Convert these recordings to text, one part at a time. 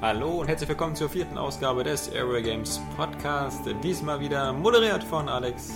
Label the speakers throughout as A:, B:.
A: Hallo und herzlich willkommen zur vierten Ausgabe des Airway Games Podcast. Diesmal wieder moderiert von Alex.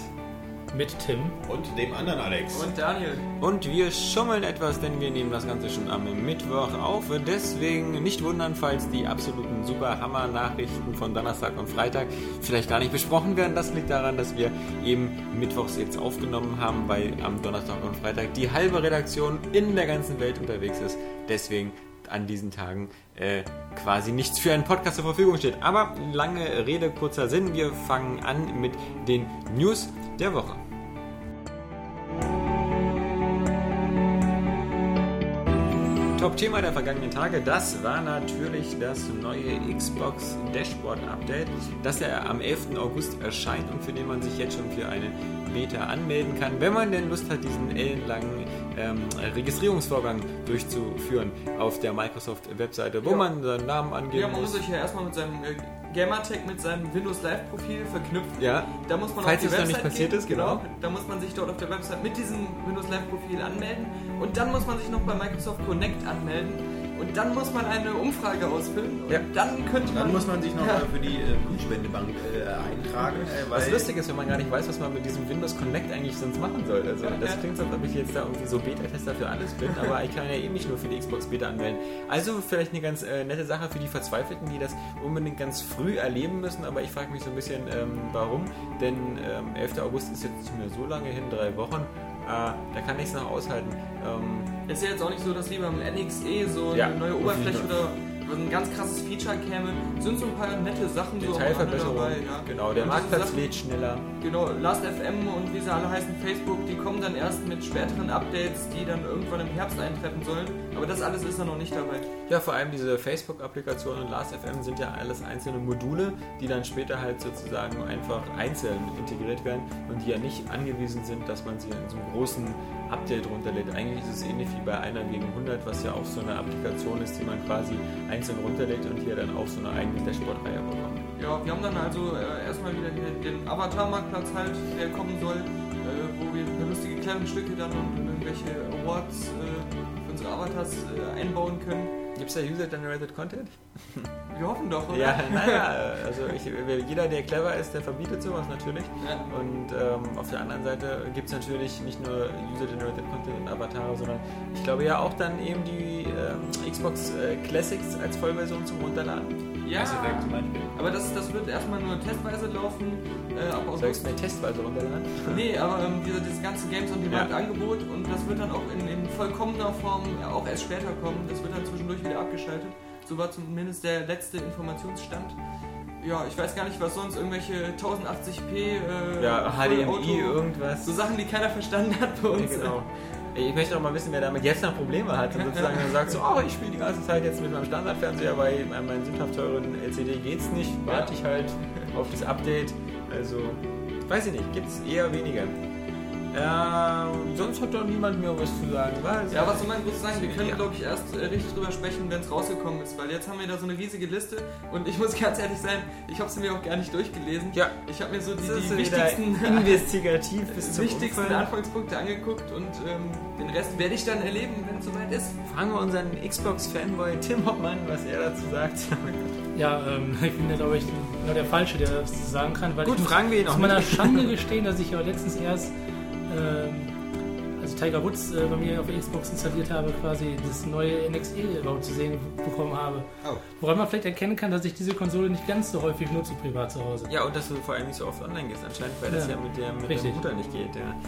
B: Mit Tim.
C: Und dem anderen Alex.
D: Und Daniel.
A: Und wir schummeln etwas, denn wir nehmen das Ganze schon am Mittwoch auf. Deswegen nicht wundern, falls die absoluten Superhammer-Nachrichten von Donnerstag und Freitag vielleicht gar nicht besprochen werden. Das liegt daran, dass wir eben mittwochs jetzt aufgenommen haben, weil am Donnerstag und Freitag die halbe Redaktion in der ganzen Welt unterwegs ist. Deswegen an diesen Tagen äh, quasi nichts für einen Podcast zur Verfügung steht. Aber lange Rede, kurzer Sinn. Wir fangen an mit den News der Woche. Top-Thema der vergangenen Tage, das war natürlich das neue Xbox Dashboard Update, das ja am 11. August erscheint und für den man sich jetzt schon für eine Beta anmelden kann, wenn man denn Lust hat, diesen ellenlangen ähm, Registrierungsvorgang durchzuführen auf der Microsoft-Webseite, wo
D: Ja.
A: man seinen Namen angeben
D: Ja, man muss
A: muss.
D: sich ja erstmal mit seinem äh, Gamertag, mit seinem Windows Live-Profil verknüpfen.
A: Ja,
D: Da muss man
A: Falls
D: auf die
A: es noch
D: Website
A: nicht passiert
D: gehen,
A: ist, genau.
D: Da muss man sich dort auf der Website mit diesem Windows Live-Profil anmelden. Und dann muss man sich noch bei Microsoft Connect anmelden. Und dann muss man eine Umfrage ausfüllen. Und
A: Ja.
D: dann könnte man.
C: Dann muss man sich noch
D: Ja.
C: mal für die äh, Blutspendebank äh, eintragen. Äh, weil
A: Was lustig ist, wenn man gar nicht weiß, was man mit diesem Windows Connect eigentlich sonst machen soll. Also
D: Ja,
A: das
D: ja.
A: klingt so, als ob ich jetzt da irgendwie so Beta-Tester für alles bin, aber ich kann ja eh mich nur für die Xbox Beta anmelden. Also vielleicht eine ganz äh, nette Sache für die Verzweifelten, die das unbedingt ganz früh erleben müssen, aber ich frage mich so ein bisschen, ähm, warum. Denn ähm, 11. August ist jetzt nicht mehr so lange hin, drei Wochen. Äh, da kann ich es noch aushalten. Ähm,
D: Es ist ja jetzt auch nicht so, dass lieber im NXE E so eine
A: Ja,
D: neue
A: auf jeden
D: Oberfläche
A: Fall.
D: oder ein ganz krasses Feature käme. Sind so ein paar nette Sachen so am Rande
A: Detailverbesserung.
D: dabei. Ja.
A: Genau, der
D: Und
A: Marktplatz
D: so
A: lädt schneller.
D: Genau, Last.fm und wie sie alle heißen, Facebook, die kommen dann erst mit späteren Updates, die dann irgendwann im Herbst eintreffen sollen. Aber das alles ist ja noch nicht dabei.
A: Ja, vor allem diese Facebook-Applikation und Last.fm sind ja alles einzelne Module, die dann später halt sozusagen einfach einzeln integriert werden und die ja nicht angewiesen sind, dass man sie in so einem großen Update runterlädt. Eigentlich ist es ähnlich wie bei einer gegen 100, was ja auch so eine Applikation ist, die man quasi einzeln runterlädt und hier dann auch so eine eigene Dashboard-Reihe bekommt.
D: Ja, wir haben dann also äh, erstmal wieder hier den Avatar-Marktplatz halt, der kommen soll, äh, wo wir ein paar lustige Kleidungsstücke dann und irgendwelche Awards äh, für unsere Avatars äh, einbauen können.
A: Gibt es da User-Generated Content?
D: Wir hoffen doch, oder?
A: Ja, naja, also ich, jeder, der clever ist, der verbietet sowas natürlich.
D: Ja.
A: Und ähm, auf der anderen Seite gibt es natürlich nicht nur User-Generated Content und Avatare, sondern ich glaube ja auch dann eben die ähm, Xbox äh, Classics als Vollversion zum Runterladen.
D: ja.
C: Mass Effect zum Beispiel.
D: Aber das, das wird erstmal nur testweise laufen. Äh, ab August.
A: Sollst du mir testweise runterladen?
D: Nee, aber ähm, diese, dieses ganze Games on Demand
A: Ja.
D: Angebot und das wird dann auch in, in vollkommener Form auch erst später kommen. Das wird dann zwischendurch wieder abgeschaltet. So war zumindest der letzte Informationsstand. Ja, ich weiß gar nicht, was sonst irgendwelche 1080p, äh,
A: Ja,
D: Full
A: HDMI,
D: Auto,
A: irgendwas.
D: so Sachen, die keiner verstanden hat bei
A: Ja,
D: uns.
A: genau. Ey, Ich möchte auch mal wissen, wer damit jetzt noch Probleme hat. Und sozusagen dann sagt so, oh, ich spiele die ganze Zeit jetzt mit meinem Standardfernseher, bei meinem sinnhaft teuren LCD geht's nicht, warte ich halt auf das Update. Also, weiß ich nicht, gibt's eher weniger. Ähm, sonst hat doch niemand mehr was zu sagen, was?
D: Ja, was soll man kurz sagen? Wir können,
A: Ja.
D: glaube ich, erst äh, richtig drüber sprechen, wenn es rausgekommen ist, weil jetzt haben wir da so eine riesige Liste und ich muss ganz ehrlich sein, ich habe sie mir auch gar nicht durchgelesen.
A: Ja.
D: Ich habe mir so die,
A: Das ist
D: die
A: wieder
D: wichtigsten
A: investigativ bis zum
D: wichtigsten
A: Umfallen.
D: Anfangspunkte angeguckt und ähm, den Rest werde ich dann erleben, wenn es soweit ist.
A: Fragen wir unseren Xbox-Fanboy Tim Hoppmann, was er dazu sagt.
B: Ja, ähm, ich bin da, glaube ich, genau der Falsche, der das sagen kann. Weil
A: Gut,
B: ich muss
A: fragen wir ihn auch
B: zu meiner Schande gestehen, dass ich ja letztens erst, ähm, also Tiger Woods äh, bei mir auf der Xbox installiert habe, quasi das neue NXE überhaupt zu sehen bekommen habe.
A: Oh.
B: Woran man vielleicht erkennen kann, dass ich diese Konsole nicht ganz so häufig nutze privat zu Hause.
A: Ja, und dass du vor allem nicht so oft online gehst, anscheinend, weil das ja
B: Ja.
A: mit, der, mit
B: Richtig.
A: deinem Bruder nicht geht. Ja.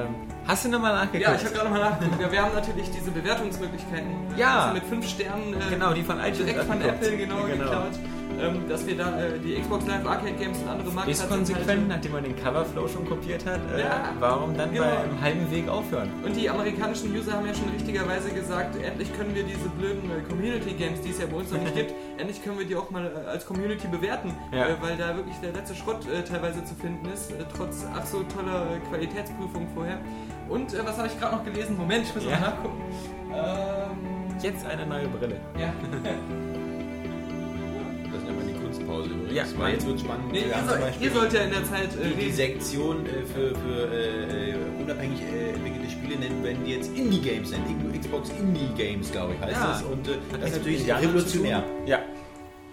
A: Ähm, hast du nochmal nachgeguckt?
D: Ja, ich habe gerade mal nachgeguckt. Ja, wir haben natürlich diese Bewertungsmöglichkeiten. äh,
A: Ja.
D: Also mit fünf Sternen äh,
A: Genau, die von iTunes.
D: direkt von
A: abgeguckt.
D: Apple genau, geklaut. Ähm, dass wir da äh, die Xbox Live Arcade Games und andere
A: Ist konsequent, nachdem man den Coverflow schon kopiert hat, äh,
D: Ja.
A: warum dann
D: Genau.
A: beim halben Weg aufhören?
D: Und die amerikanischen User haben ja schon richtigerweise gesagt, endlich können wir diese blöden äh, Community Games, die es ja bei uns noch nicht gibt, endlich können wir die auch mal äh, als Community bewerten,
A: Ja.
D: äh, weil da wirklich der letzte Schrott äh, teilweise zu finden ist, äh, trotz ach so toller äh, Qualitätsprüfung vorher. Und äh, was habe ich gerade noch gelesen? Moment, ich muss
A: Ja.
D: mal nachgucken. Ähm,
A: Jetzt eine neue Brille.
D: ja.
C: Das nennt man die Kunstpause übrigens.
A: Ja,
C: weil jetzt wird spannend.
D: Nee,
C: Wir
D: ihr,
C: haben
D: soll,
C: zum Beispiel
D: ihr sollt ja in der Zeit äh,
C: die, die
D: reden.
C: Sektion äh, für, für äh, unabhängig äh, entwickelte Spiele nennen, werden die jetzt Indie-Games nennen. Xbox Indie-Games, glaube ich, heißt
A: Ja.
C: das. Und äh, das
A: Hat
C: ist natürlich
A: mit Indianern
C: revolutionär.
A: zu tun? Ja.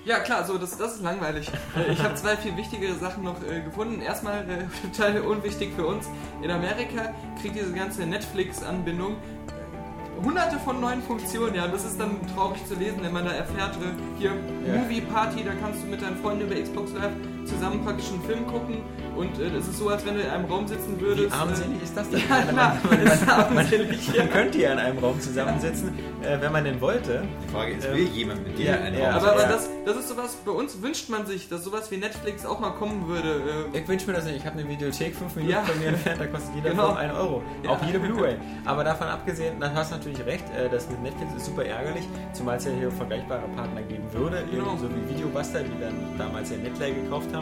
D: Ja, klar, so, das, das ist langweilig. Äh, Ich habe zwei viel wichtigere Sachen noch äh, gefunden. Erstmal, äh, total unwichtig für uns, in Amerika kriegt diese ganze Netflix-Anbindung äh, hunderte von neuen Funktionen. Ja, und das ist dann traurig zu lesen, wenn man da erfährt, äh, hier
C: Ja.
D: Movie Party, da kannst du mit deinen Freunden über Xbox Live zusammen praktisch einen Film gucken und äh, das ist so, als wenn du in einem Raum sitzen würdest.
C: Wie armselig ist das
D: Äh,
C: denn?
D: ja, klar,
A: Man-
D: das ist armselig. ja.
A: Man könnte ja in einem Raum zusammensitzen, äh, wenn man denn wollte.
C: Die Frage ist,
A: Ähm,
C: will jemand mit dir
A: ja,
C: einen
A: ja.
C: Raum
D: Aber, aber
A: Ja.
D: das, das ist sowas, bei uns wünscht man sich, dass sowas wie Netflix auch mal kommen würde. Äh,
A: Ich wünsche mir das nicht. Ich habe eine Videothek, 5 Minuten
D: Ja.
A: von mir entfernt, da kostet jeder
D: Genau.
A: Film 1 Euro.
D: Ja.
A: Auch jede Blu-ray. Aber davon abgesehen, da hast du natürlich recht, äh, das mit Netflix ist super ärgerlich, zumal es ja hier vergleichbare Partner geben würde,
D: Genau.
A: so wie Videobuster, die dann damals ja Netlay gekauft haben.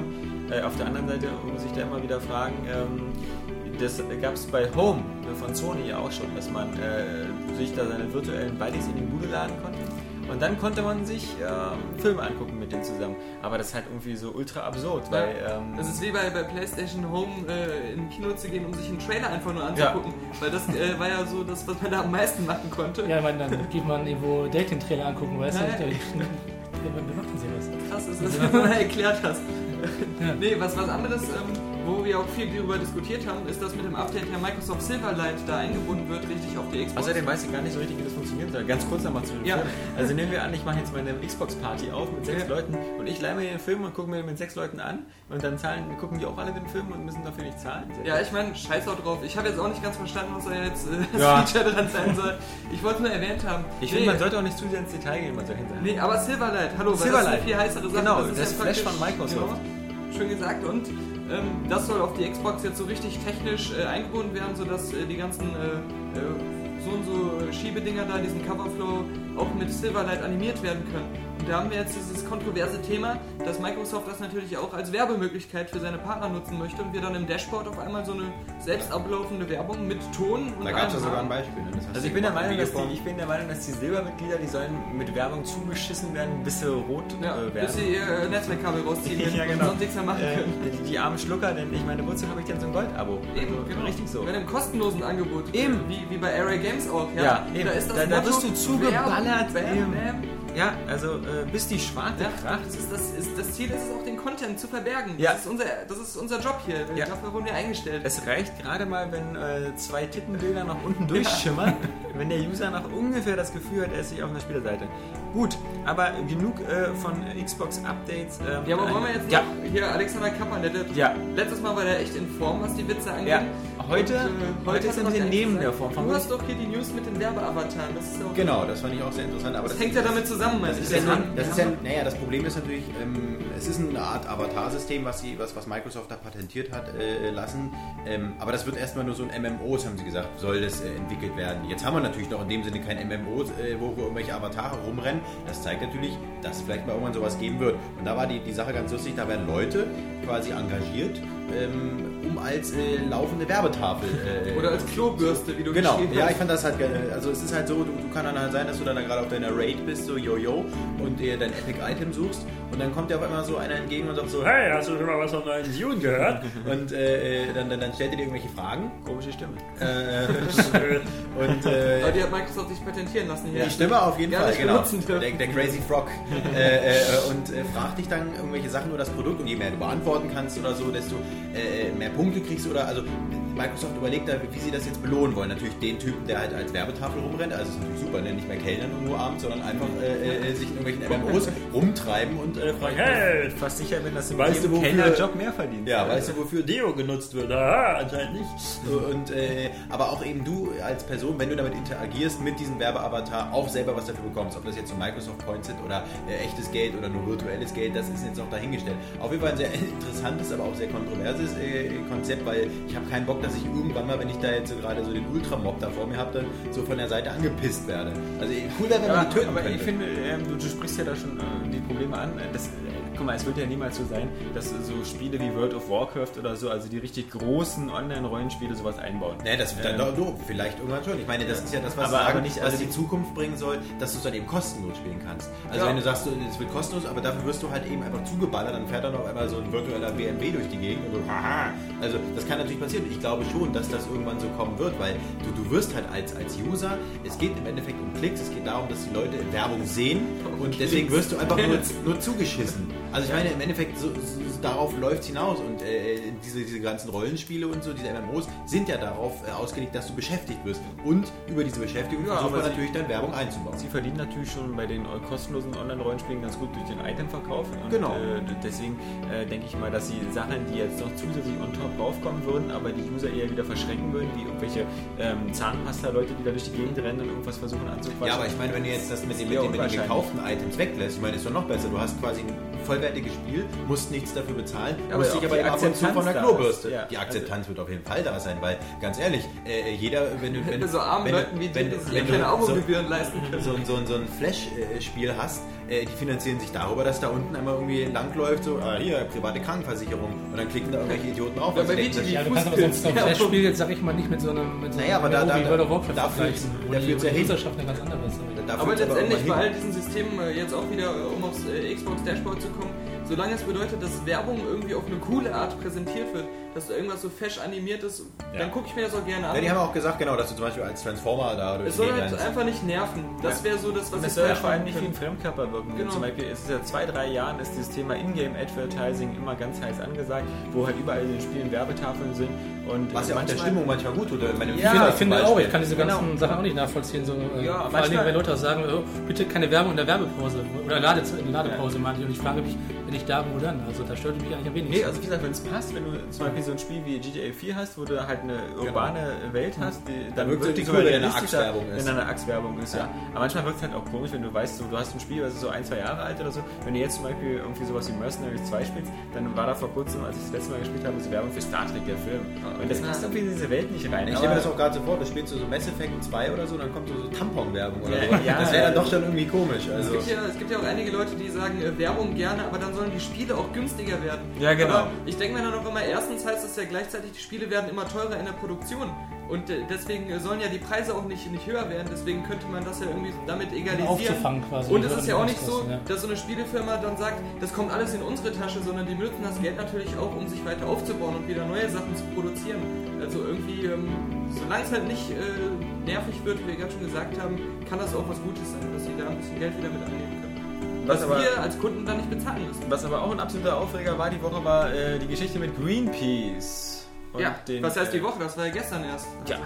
A: Äh, Auf der anderen Seite muss ich da immer wieder fragen, ähm, das gab es bei Home äh, von Sony ja auch schon, dass man äh, sich da seine virtuellen Buddies in die Bude laden konnte. Und dann konnte man sich ähm, Filme angucken mit denen zusammen. Aber das ist halt irgendwie so ultra absurd, weil ähm,
D: es ist wie bei, bei PlayStation Home äh, in ein Kino zu gehen, um sich einen Trailer einfach nur anzugucken. Weil das äh, war ja so das, was man da am meisten machen konnte.
B: Ja, ich meine, dann geht man irgendwo Dating-Trailer angucken, weißt du?
D: Ja,
B: Ich
D: ja.
B: glaube, ich- wir machen sowas.
D: Krass ist das, wenn du mal erklärt hast. nee, was, was anderes, ähm, wo wir auch viel darüber diskutiert haben, ist, dass mit dem Update ja Microsoft Silverlight da eingebunden wird, richtig auf die Xbox.
A: Außerdem weiß ich gar nicht so richtig, wie das funktionieren soll. Ganz kurz nochmal zu dem
D: Ja.
A: Film. Also nehmen wir an, ich mache jetzt meine Xbox-Party auf mit sechs
D: Ja.
A: Leuten und ich leih mir den Film und gucke mir den mit sechs Leuten an und dann zahlen, gucken die auch alle den Film und müssen dafür nicht zahlen.
D: Ja, ich meine, scheiß auch drauf. Ich habe jetzt auch nicht ganz verstanden, was da jetzt äh,
A: Ja.
D: das Feature dran sein soll. Ich wollte es nur erwähnt haben.
A: Ich finde, man sollte auch nicht zu sehr ins Detail gehen, man soll hinterher.
D: Nee, aber Silverlight, hallo, weil das ist
A: Silverlight.
D: eine viel heißere Sache.
A: Genau,
D: ist
A: das Flash von
D: praktisch-
A: Microsoft.
D: Genau, schön gesagt. Und ähm, das soll auf die Xbox jetzt so richtig technisch äh, eingebunden werden, sodass äh, die ganzen äh, äh, so und so äh, Schiebedinger da, diesen Coverflow, auch mit Silverlight animiert werden können. Und da haben wir jetzt dieses kontroverse Thema, dass Microsoft das natürlich auch als Werbemöglichkeit für seine Partner nutzen möchte und wir dann im Dashboard auf einmal so eine selbst ablaufende Werbung mit Ton und
C: Da gab es ja
D: allem
C: sogar ein
D: haben.
C: Beispiel. Ne? Das hast
A: Also
C: du
A: ich bin, der
C: gemacht in
A: Meinung, dass die,
C: Videoform.
A: ich bin der Meinung, dass die Silbermitglieder, die sollen mit Werbung zugeschissen werden, bis sie rot
D: ja,
A: äh, werden.
D: bis sie ihr äh, Netzwerkkabel rausziehen
A: Ja,
D: können
A: genau.
D: und sonst nichts mehr machen
A: Äh,
D: können.
A: die, die armen Schlucker, denn ich meine, wozu habe ich denn so ein Gold-Abo?
D: Eben,
A: Also,
D: genau.
A: Richtig so.
D: Bei einem kostenlosen Angebot.
A: Eben.
D: Wie, wie bei Array Games auch. Ja,
A: Ja, eben.
D: Da, ist das
A: Da- da
D: Motto,
A: wirst du zugeballert,
D: Bam,
A: eben.
D: bam, bam.
A: Ja, also äh, bis die Schwarte
D: Ja,
A: kracht.
D: das, ist, das, ist, das Ziel ist es auch, den Content zu verbergen.
A: Ja.
D: Das, ist unser, das ist unser Job hier.
A: Ja.
D: Dafür wurden wir eingestellt.
A: Es reicht gerade mal, wenn äh, zwei Tittenbilder nach unten durchschimmern, wenn der User noch ungefähr das Gefühl hat, er ist sich auf einer Spielerseite. Gut, aber genug äh, von Xbox-Updates. ähm,
D: Ja, aber wollen wir
A: äh,
D: jetzt
A: Ja,
D: noch hier Alexander Kappern, der, der
A: Ja.
D: letztes Mal war der echt in Form, was die Witze angeht.
A: ja. Heute,
D: Und, äh,
A: heute ist
D: hat
A: er
D: noch
A: ein bisschen
D: gar nichts
A: neben
D: gesagt.
A: der Form.
D: Du hast doch hier die News mit den Werbeavataren. Das ist ja auch
C: Genau, das fand ich auch sehr interessant. Aber
D: Das hängt ja damit zusammen, also
C: Das ist,
D: meine ich.
C: ja,
D: Deswegen-
C: das ist ja, naja, das Problem ist natürlich, ähm, es ist eine Art Avatar-System, was, sie- was, was Microsoft da patentiert hat äh, lassen. Ähm, aber das wird erstmal nur so ein MMOs, haben sie gesagt, soll das äh, entwickelt werden. Jetzt haben wir natürlich noch in dem Sinne kein MMOs, äh, wo wo irgendwelche Avatare rumrennen. Das zeigt natürlich, dass es vielleicht mal irgendwann sowas geben wird. Und da war die, die Sache ganz lustig, da werden Leute quasi engagiert, ähm, um als äh, laufende Werbetafel. Äh,
D: Oder als Klobürste, wie du
C: Genau,
D: geschrieben
C: ja,
D: hast.
C: ich fand das halt geil. Also es ist halt so, du, du kann dann halt sein, dass du dann da gerade auf deiner Raid bist, so yo-yo, und dir dein Epic-Item suchst und dann kommt dir auf einmal so einer entgegen und sagt so, hey, hast du schon mal was von neuen Dune gehört? und äh, äh, dann, dann, dann stellt er dir irgendwelche Fragen.
A: Komische Stimme.
C: Äh, und äh,
D: Aber die hat Microsoft sich patentieren lassen hier.
C: die Stimme auf jeden
D: Ja,
C: Fall,
D: nicht
C: genau.
D: benutzen
C: Der,
D: dürfen.
C: der Crazy Frog. äh, äh, und äh, fragt dich dann irgendwelche Sachen über das Produkt und je mehr du beantworten kannst oder so, desto äh, mehr Punkte kriegst oder also Microsoft überlegt da, wie sie das jetzt belohnen wollen. Natürlich den Typen, der halt als Werbetafel rumrennt, also ist natürlich super, ne? nicht mehr Kellnern und nur abends, sondern einfach äh, äh, sich in irgendwelchen MMOs rumtreiben und äh, fragen,
A: Ich
E: Hey,
A: bin fast sicher, wenn das im
E: Weißt du, wofür-
A: Kellnerjob mehr verdient.
C: ja, weißt du, wofür
E: Deo genutzt wird. Aha, anscheinend nicht.
C: So, Und, äh, aber auch eben du als Person, wenn du damit interagierst mit diesem Werbeavatar, auch selber was dafür bekommst. Ob das jetzt so Microsoft Points sind oder äh, echtes Geld oder nur virtuelles Geld, das ist jetzt noch dahingestellt. Auf jeden Fall ein sehr interessantes, aber auch sehr kontroverses äh, Konzept, weil ich habe keinen Bock, dass ich irgendwann mal, wenn ich da jetzt so gerade so den Ultramob da vor mir habe, dann so von der Seite angepisst werde. Also äh, cool wäre, wenn man
A: Aber,
C: die töten
A: aber ich
C: könnte.
A: finde, ähm, du, du sprichst ja da schon äh, die Probleme an. Äh, Das, äh, guck mal, es wird ja niemals so sein, dass so Spiele wie World of Warcraft oder so, also die richtig großen Online-Rollenspiele sowas einbauen.
C: Nee, das wird dann
A: Ähm,
C: doch doof. Vielleicht irgendwann schon. Ich meine, das ist ja das, was,
A: Aber-
C: sagen,
A: aber nicht-
C: was
A: also
C: die
A: die-
C: Zukunft bringen soll, dass du es dann eben kostenlos spielen kannst. Also
D: Ja.
C: wenn du sagst, du- es wird kostenlos, aber dafür wirst du halt eben einfach zugeballert, dann fährt dann auf einmal so ein virtueller BMW durch die Gegend und du, haha. Also das kann natürlich passieren. Ich glaube schon, dass das irgendwann so kommen wird, weil du, du wirst halt als, als User, es geht im Endeffekt Endeffekt um Klicks. Es geht darum, dass die Leute Werbung sehen
D: Oh,
C: und deswegen wirst du einfach nur, nur zugeschissen. Also ich meine, im Endeffekt, so, so, so, darauf läuft es hinaus und äh, diese, diese ganzen Rollenspiele und so, diese MMOs, sind ja darauf äh, ausgelegt, dass du beschäftigt wirst. Und über diese Beschäftigung
D: Ja,
C: versucht
D: aber
C: man
D: sie-
C: natürlich dann Werbung einzubauen.
A: Sie verdienen natürlich schon bei den äh, kostenlosen Online-Rollenspielen ganz gut durch den Itemverkauf. Und
C: Genau.
A: Äh, deswegen äh, denke ich mal, dass sie Sachen, die jetzt noch zusätzlich on top raufkommen würden, aber die User eher wieder verschrecken würden, wie irgendwelche ähm, Zahnpasta-Leute, die da durch die Gegend rennen und irgendwas versuchen anzuquatschen.
C: Ja, aber ich meine, wenn du jetzt das mit den, mit
A: Ja,
C: den, mit
A: unwahrscheinlich.
C: den gekauften Items weglässt, ich meine, ist doch noch besser. Du hast quasi ein vollwertiges Spiel, musst nichts dafür bezahlen,
A: Ja, aber auch
C: musst dich aber
A: die
C: immer ab und zu
A: Akzeptanz
C: von der
A: da
C: Klobürste.
A: ist. Ja.
D: also
C: Die Akzeptanz wird auf jeden Fall da sein, weil ganz ehrlich, äh, jeder, wenn du. Wenn,
D: Mit
C: du-
D: so armen
C: wenn, du-
D: Leuten wie dir,
C: wenn,
D: die
C: du-
D: sich
C: wenn
D: keine
C: du so,
D: Abogebühren leisten können.
C: so, ein- so, ein- so ein Flash-Spiel hast, äh, die finanzieren sich darüber, dass da unten einmal irgendwie langläuft, so, ah, hier, private Krankenversicherung. Und dann klicken da irgendwelche Idioten auf.
D: Ja,
C: weil sie
D: bei
C: denken,
D: WTV.
B: Ja, du kannst aber sonst noch
D: Ja,
B: das Spiel jetzt, sag ich mal, nicht mit so einem mit so
C: Naja, aber da-
B: MMO wie
C: da-
B: World of Warcraft
C: da fühlt's-
B: vergleichen, wo
C: da
B: die,
C: fühlt's
B: wo die
C: ja hin.
B: Userschaft eine ganz andere ist.
C: da
D: Aber
C: fühlt's
D: letztendlich bei
C: irgendwann hin.
D: all diesen Systemen, äh, jetzt auch wieder, äh, um aufs äh, Xbox Dashboard zu kommen, solange es bedeutet, dass Werbung irgendwie auf eine coole Art präsentiert wird, dass da irgendwas so fesch animiert ist, dann gucke ich mir das auch gerne
C: Ja,
D: an.
C: die haben auch gesagt, genau, dass du zum Beispiel als Transformer da durch
D: es soll
C: die
D: halt
C: Gegend rennst.
D: einfach nicht nerven. Das
A: Ja.
D: wäre so das, was
A: Das
D: ich
A: soll ja
D: falsch
A: vor allem
D: fand.
A: nicht wie ein Fremdkörper wirken.
D: Genau.
A: Zum Beispiel ist es ja zwei, drei Jahren ist dieses Thema Ingame-Advertising immer ganz heiß angesagt, wo halt überall in den Spielen Werbetafeln sind und äh,
C: Was ja auch der
A: manchmal-
C: Stimmung manchmal gut tut. äh, Meine
A: Ja,
B: Ja,
A: Fehler
B: ich finde
C: zum
B: auch,
C: Beispiel.
B: ich kann diese
A: Genau.
B: ganzen Sachen auch nicht nachvollziehen. So, äh,
A: Ja,
B: vor allem,
A: manchmal-
B: wenn Leute auch sagen, oh, bitte keine Werbung in der Werbepause oder Lade, in der Ladepause, meine ich. Und ich frage mich, wenn ich da, wo dann? Also da stört mich eigentlich am wenigsten.
A: Nee, also wie gesagt, wenn es passt, wenn du zum Beispiel so ein Spiel wie GTA 4 hast, wo du halt eine urbane Welt hast, die, dann
C: wirkt
A: wirkt
C: die
A: es
C: Kohle, wenn eine
A: realistischer,
C: Axtwerbung ist.
A: Wenn eine Axtwerbung ist, ja. Aber manchmal wirkt es halt auch komisch, wenn du weißt, so, du hast ein Spiel, was ist so ein, zwei Jahre alt oder so. Wenn du jetzt zum Beispiel irgendwie sowas wie Mercenaries 2 spielst, dann war da vor kurzem, als ich das letzte Mal gespielt habe, diese Werbung für Star Trek, der Film. Und das passt irgendwie in diese Welt nicht rein.
C: Ich
A: aber-
C: stelle mir das auch gerade so vor, du spielst so, so Mass Effect 2 oder so, dann kommt so, so Tampon-Werbung oder
A: Ja,
C: so.
A: ja.
C: das wäre dann doch schon irgendwie komisch.
D: Es
C: Also.
D: gibt, ja, es gibt ja auch einige Leute, die sagen, äh, Werbung gerne, aber dann sollen die Spiele auch günstiger werden.
A: Ja, genau.
D: Aber ich denke mir dann auch immer, erstens heißt es ja gleichzeitig, die Spiele werden immer teurer in der Produktion. Und äh, deswegen äh, sollen ja die Preise auch nicht, nicht höher werden. Deswegen könnte man das ja irgendwie damit egalisieren.
B: aufzufangen quasi.
D: Und
B: Die
D: es ist
B: höheren
D: ja auch nicht so,
B: Kosten, ja.
D: dass so eine Spielefirma dann sagt, das kommt alles in unsere Tasche, sondern die benutzen das Geld natürlich auch, um sich weiter aufzubauen und wieder neue Sachen zu produzieren. Also irgendwie, ähm, solange es halt nicht äh, nervig wird, wie wir gerade schon gesagt haben, kann das auch was Gutes sein, dass sie da ein bisschen Geld wieder mit annehmen können.
A: Was
D: Was
A: aber-
D: wir als Kunden dann nicht bezahlen müssen.
A: Was aber auch ein absoluter Aufreger war die Woche, war äh, die Geschichte mit Greenpeace. Und
D: ja,
A: den,
D: was heißt
A: äh,
D: die Woche? Das war ja gestern erst. Also
A: Ja,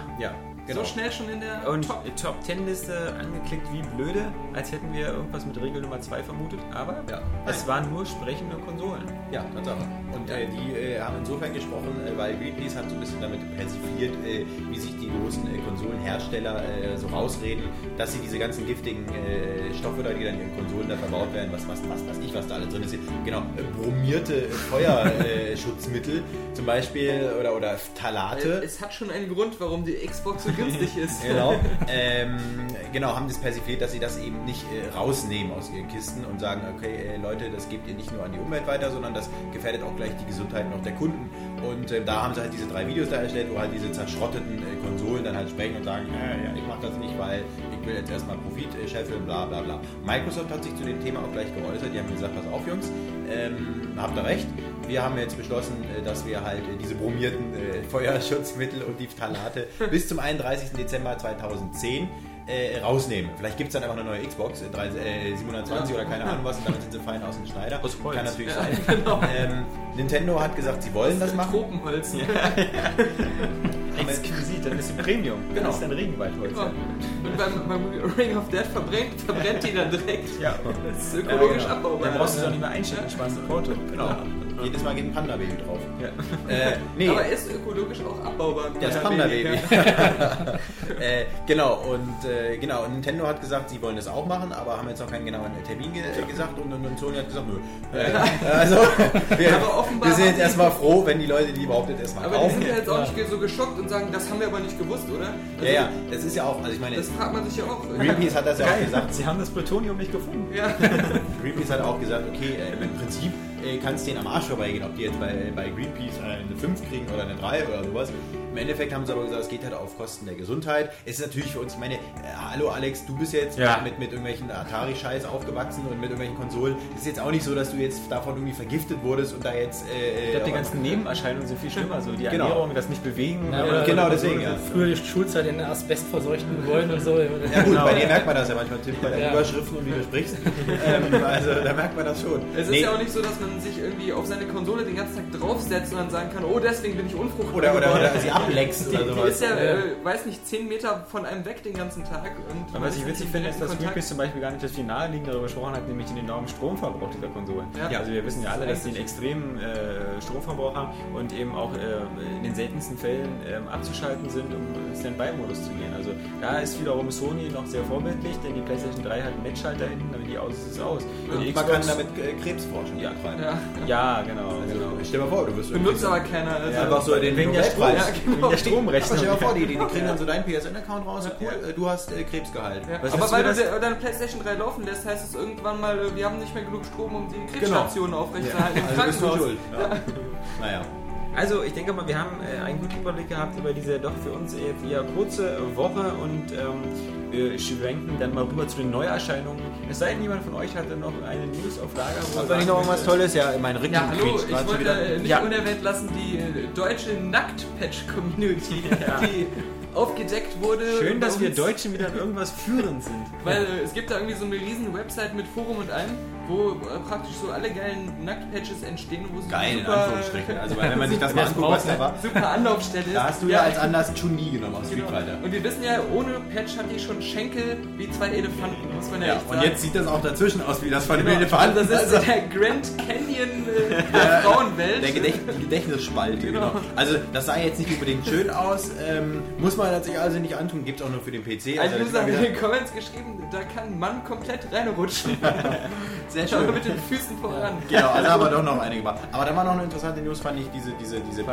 C: Ja,
D: So schnell schon in der
A: Und
D: Top.
A: Top, Top 10 Liste angeklickt wie blöde, als hätten wir irgendwas mit Regel Nummer 2 vermutet, aber
C: Ja.
A: es waren nur sprechende Konsolen.
C: Ja, Tatsache. Und äh, die äh, haben insofern gesprochen, äh, weil Greenpeace hat so ein bisschen damit persifliert, äh, wie sich die großen äh, Konsolenhersteller äh, so rausreden, dass sie diese ganzen giftigen äh, Stoffe da, die dann in ihren Konsolen da verbaut werden, was, was, was, was ich, was da alles drin ist, genau, äh, bromierte Feuerschutzmittel äh, zum Beispiel oder, oder Phthalate.
D: Es hat schon einen Grund, warum die Xbox so günstig ist.
C: Genau. ähm, genau, haben das persifliert, dass sie das eben nicht äh, rausnehmen aus ihren Kisten und sagen, okay, äh, Leute, das gebt ihr nicht nur an die Umwelt weiter, sondern das gefährdet auch gleich die Gesundheit noch der Kunden. Und äh, da haben sie halt diese drei Videos da erstellt, wo halt diese zerschrotteten äh, Konsolen dann halt sprechen und sagen, äh, ja, ich mache das nicht, weil ich will jetzt erstmal Profit äh, scheffeln, bla bla bla. Microsoft hat sich zu dem Thema auch gleich geäußert, die haben gesagt, pass auf Jungs, ähm, habt ihr recht. Wir haben jetzt beschlossen, äh, dass wir halt äh, diese bromierten äh, Feuerschutzmittel und die Phthalate bis zum 31. Dezember 2010 äh, rausnehmen. Vielleicht gibt es dann einfach eine neue Xbox, äh, drei- äh, 720 oder keine Ahnung was, und damit sind sie fein aus dem Schneider.
A: Aus Holz.
C: Kann natürlich sein. Ähm, Nintendo hat gesagt, sie wollen das machen.
D: Tropenholz.
A: Exquisit, dann ist sie Premium.
D: Genau.
A: Das ist ein Regenwaldholz.
D: Ja. Und beim, beim Ring of Death verbrennt, verbrennt die dann direkt.
A: Ja.
D: Das ist ökologisch
A: Ja,
D: abbaubar.
A: Dann brauchst du es auch nicht mehr einschätzen, sparst ein Porto.
C: Genau.
A: ne?
C: Jedes Mal geht ein Panda-Baby drauf.
A: Ja.
C: Äh, nee.
D: Aber ist ökologisch auch abbaubar.
C: Das
D: Ja,
C: Panda-Baby. äh, genau, und äh, genau, und Nintendo hat gesagt, sie wollen das auch machen, aber haben jetzt noch keinen genauen Termin ge äh, gesagt und, und, und Sony hat gesagt, nö. Äh, also, wir,
D: Aber offenbar
C: wir sind
D: haben
C: jetzt
D: die-
C: erstmal froh, wenn die Leute die überhaupt jetzt erstmal
D: Aber die
C: kaufen.
D: sind ja jetzt auch nicht so geschockt und sagen, das haben wir aber nicht gewusst, oder? Also,
C: Ja, ja, das ist ja auch, also ich meine,
D: Das fragt man sich ja auch.
C: Greenpeace hat das ja auch
A: Geil,
C: gesagt.
A: sie haben das Plutonium nicht gefunden.
D: Ja.
C: Greenpeace hat auch gesagt, okay, äh, im Prinzip äh, kannst du den am Arsch vorbeigehen, ob die jetzt bei, bei Greenpeace äh, eine 5 kriegen oder eine 3 oder sowas. Im Endeffekt haben sie aber gesagt, es geht halt auf Kosten der Gesundheit. Es ist natürlich für uns, ich meine, äh, hallo Alex, du bist jetzt
A: Ja.
C: mit, mit irgendwelchen Atari-Scheiß aufgewachsen und mit irgendwelchen Konsolen. Es ist jetzt auch nicht so, dass du jetzt davon irgendwie vergiftet wurdest und da jetzt... Äh,
A: Ich glaube, die
C: aber-
A: ganzen Nebenerscheinungen sind viel schlimmer. So die
C: Genau.
A: Ernährung, das nicht bewegen.
B: Ja,
A: aber-
C: genau deswegen, ja.
B: Früher die Schulzeit in asbestverseuchten Gebäuden und so.
C: Ja gut,
A: Genau.
C: bei dir merkt man das ja manchmal, Tim, bei deinen
B: Ja.
C: Überschriften und wie du sprichst. ähm, also da merkt man das schon.
D: Es
C: Nee.
D: ist ja auch nicht so, dass man sich irgendwie auf seine Konsole den ganzen Tag draufsetzt und dann sagen kann, oh, deswegen bin ich unfruchtbar
C: oder, oder,
D: geworden.
C: oder sie ableckst
D: Die,
C: oder
D: die ist
C: sowas.
D: ja,
B: Ja.
D: äh, weiß nicht, 10 Meter von einem weg den ganzen Tag. Und
A: Aber was ich
D: man
A: witzig
D: Äh, in
A: finde, ist, dass
D: direkten
A: Greenpeace zum Beispiel gar nicht das viel naheliegend darüber gesprochen hat, nämlich den enormen Stromverbrauch dieser Konsolen.
D: Ja.
A: Also wir wissen ja alle, dass die einen extremen äh, Stromverbrauch haben und eben auch äh, in den seltensten Fällen ähm, abzuschalten sind, um in Standby-Modus zu gehen. Also da ist wiederum Sony noch sehr vorbildlich, denn die PlayStation 3 hat einen Netzschalter hinten, wenn die aus ist, ist es aus. Und die
C: Man
A: Xbox-
C: kann damit äh, Krebsforschung
A: Ja.
C: betreiben.
D: Ja.
A: Ja, genau. genau.
C: Also, stell dir mal vor, du wirst
D: Benutzt
C: irgendwie-
D: aber keiner. Also
C: Ja, einfach so den
A: Wegen der Strom- genau.
C: Nobelpreis.
A: wegen der
C: Aber stell dir
A: Stromrechnung.
C: mal vor, die, die kriegen dann so deinen PSN-Account raus, cool, äh, du hast äh, Krebs geheilt.
D: Ja.
A: Was hast
D: Aber
A: du
D: weil
A: mir
D: du de- deine Playstation 3 laufen lässt, heißt es irgendwann mal, äh, wir haben nicht mehr genug Strom, um
A: Genau.
D: die Kriegsstation aufrechtzuerhalten im
C: Also bist du
D: Krankenhaus.
C: schuld. Ja. Naja.
A: Also, ich denke mal, wir haben äh, einen guten Überblick gehabt über diese doch für uns jetzt eher kurze Woche und ähm, wir schwenken dann mal rüber zu den Neuerscheinungen. Es sei denn, jemand von euch hatte noch eine News auf Lager. wo er
C: Soll
A: sagen
C: ich noch irgendwas
A: möchte-
C: Tolles? Also, Ja, mein Rücken
D: Ja, hallo,
C: quietscht
D: ich
C: gerade
D: wollte
C: wieder.
D: äh, nicht
A: Ja.
D: unerwähnt lassen, die äh, deutsche Nacktpatch-Community,
A: Ja.
D: die aufgedeckt wurde.
A: Schön, dass
D: Und-
A: wir Deutschen wieder in irgendwas führend sind.
D: Weil äh, es gibt da irgendwie so eine riesen Website mit Forum und allem, wo äh, praktisch so alle geilen Nacktpatches entstehen, wo es
C: Geil, in
D: super,
C: Anführungsstrichen. Also wenn man sich das mal anguckt, was da war.
D: super Anlaufstelle ist.
C: Da hast du ja als Anlass Chun-Li genommen aus Street
D: genau.
C: Fighter.
D: Und wir wissen ja, ohne Patch hat die schon Schenkel wie zwei Elefanten, muss man ja,
C: Ja,
D: echt sagen.
C: und jetzt sieht das auch dazwischen aus, wie das von dem
D: Genau.
C: Elefanten.
D: Das ist
C: Also,
D: so der Grand Canyon äh, der Frauenwelt.
C: der Gedächt die Gedächtnisspalte, genau.
D: Genau.
C: Also, das sah jetzt nicht unbedingt schön aus. Ähm, muss man natürlich also nicht antun. Gibt es auch nur für den PC. Also,
D: Ein
C: das
D: User
C: war
D: hat in
C: wieder-
D: den Comments geschrieben, da kann Mann komplett reinrutschen.
C: sehr
D: Schau mal
C: schön.
D: mit den Füßen voran.
C: Genau, also haben wir doch noch eine gemacht. Aber da war noch eine interessante News, fand ich, diese, diese, diese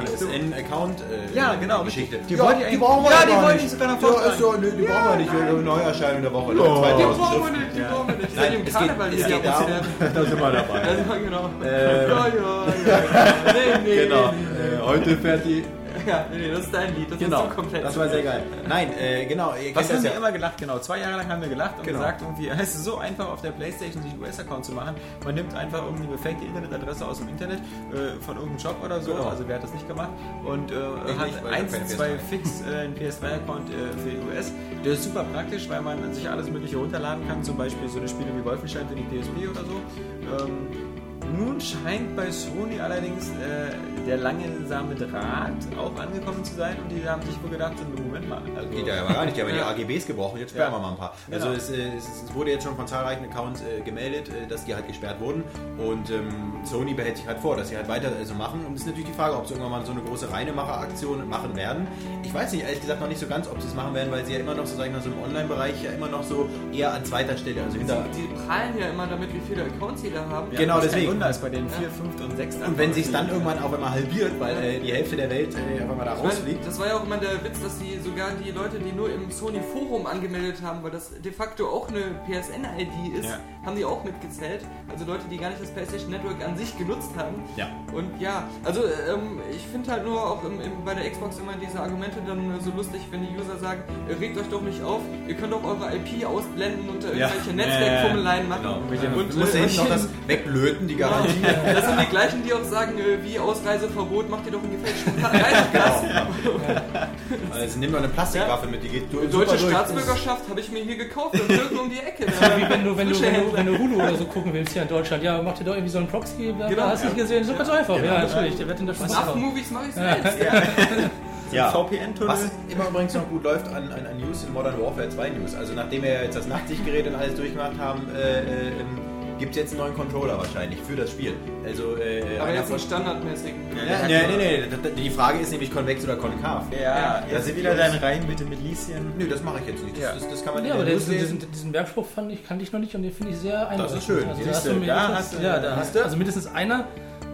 C: PSN-Account-Geschichte.
A: Ja, genau.
C: äh, Die,
A: Die wollt ihr eigentlich-
C: brauchen wir
A: Ja,
C: doch
A: die
C: gar
A: wollte
C: nicht.
A: ich sogar noch
C: Ja, ist
A: vorstellen.
C: doch, nö, die brauchen wir nicht. Wir haben Neuerscheinung der Woche. Oh.
D: Die
C: 2000
D: brauchen wir
C: Schriften.
D: nicht, die brauchen wir nicht.
C: Nein,
D: Seit dem
C: es
D: Karneval
C: geht- es
D: ist ja
C: geht darum- Da sind wir dabei.
D: Also, genau.
C: Ähm.
D: Ja, ja, ja. Nee, nee,
C: Genau.
D: nee,
C: Äh, heute fährt die.
D: nee. Ja, nee, das ist dein Lied, das
C: Genau.
D: ist so komplett.
C: Das war sehr geil. Nein, äh, genau. Ihr
A: Was haben
C: kennt das
A: wir
C: ja.
A: immer gelacht, genau. Zwei Jahre lang haben wir gelacht und
C: Genau.
A: gesagt, irgendwie, es ist so einfach auf der Playstation sich einen US-Account zu machen. Man nimmt einfach irgendwie eine fake Internetadresse aus dem Internet äh, von irgendeinem Shop oder so,
C: Genau.
A: also wer hat das nicht gemacht, und äh,
C: Ich
A: hat
C: nicht, weil ich
A: eins,
C: keine
A: zwei
C: PS3
A: fix äh, einen PS3-Account äh, für die US. Der ist super praktisch, weil man sich alles mögliche runterladen kann, zum Beispiel so eine Spiele wie Wolfenstein für die PSP oder so. Ähm, nun scheint bei Sony allerdings äh, der langsame Draht auch angekommen zu sein und die haben sich wohl gedacht, so, Moment mal. Also,
C: Geht ja aber gar nicht, die haben
D: Ja.
C: ja die AGBs gebrochen, jetzt sperren
A: Ja.
C: wir mal ein paar. Also
A: Genau.
C: es, äh, es, es wurde jetzt schon von zahlreichen Accounts äh, gemeldet, äh, dass die halt gesperrt wurden und ähm, Sony behält sich halt vor, dass sie halt weiter äh, so machen und es ist natürlich die Frage, ob sie irgendwann mal so eine große Reinemacher-Aktion machen werden. Ich weiß nicht, ehrlich gesagt noch nicht so ganz, ob sie es machen werden, weil sie ja immer noch so, sag ich mal, so im Online-Bereich ja immer noch so eher an zweiter Stelle, also hinter...
D: die, die prahlen ja immer damit, wie viele Accounts sie da haben.
C: Ja. Genau,
A: das ist
C: deswegen.
A: Kein Wunder ist bei den 4, 5 und 6.
C: Und wenn sie es dann irgendwann auch immer halbiert, weil äh, die Hälfte der Welt äh, auf einmal da
D: Ich meine,
C: rausfliegt.
D: das war ja auch immer der Witz, dass die sogar die Leute, die nur im Sony Forum angemeldet haben, weil das de facto auch eine PSN-ID ist,
A: Ja.
D: haben die auch mitgezählt. Also Leute, die gar nicht das PlayStation Network an sich genutzt haben.
C: Ja.
D: Und ja, also ähm, ich finde halt nur auch im, im, bei der Xbox immer diese Argumente dann äh, so lustig, wenn die User sagen, äh, regt euch doch nicht auf, ihr könnt auch eure IP ausblenden und da
C: Ja.
D: irgendwelche Netzwerkfummeleien machen.
A: Genau. Mit
D: Und,
C: Du musst ja
D: äh,
C: hinten noch das weglöten, die Garantie.
D: ja, das sind die gleichen, die auch sagen, äh, wie Ausreiseverbot, macht ihr doch einen gefälschten Reisepass.
C: Also nimm doch eine Plastikwaffe mit, die geht
D: Die
C: durch.
D: Deutsche
C: super durch.
D: Staatsbürgerschaft habe ich mir hier gekauft, im Türken um die Ecke.
B: Wie wenn du, wenn, du,
D: Frische
B: wenn, du,
D: Hände.
B: wenn du Hulu oder so gucken willst hier in Deutschland, ja, mach dir doch irgendwie so einen Proxy, bla, bla,
D: Genau,
B: hast du nicht gesehen, so ganz einfach. Ja, natürlich, der wird in der Schweiz
D: Nach Movies mache ich selbst.
C: Ja. Was
A: VPN-Tunnel.
C: immer übrigens noch gut läuft an, an, an News in Modern Warfare 2 News. Also nachdem wir ja jetzt das Nachtsichtgerät und alles durchgemacht haben, äh, äh, gibt es jetzt einen neuen Controller wahrscheinlich für das Spiel. Also, äh,
D: Aber
C: einer
D: jetzt
C: von-
D: einen standardmäßigen.
C: ja, nee, nee, nee. Die Frage ist nämlich konvex oder konkav.
A: Ja,
C: das
A: das
C: sind
A: sind wieder
C: die Jungs.
A: deine Reihen mit den Milizien.
C: Nö, das mache ich jetzt nicht. Das,
A: Ja.
C: das, das kann man
B: Ja,
C: in
B: aber
C: der
B: den,
C: News lesen.
B: diesen, diesen Werkspruch fand ich, kannte ich noch nicht und den finde ich sehr einleuchtend.
C: ist schön.
B: Also, da
C: Siehst
B: hast
C: du,
B: du
C: da
B: mindestens,
C: hast du-
B: ja, da
C: hast
B: hast
C: du.
B: du. Also mindestens einer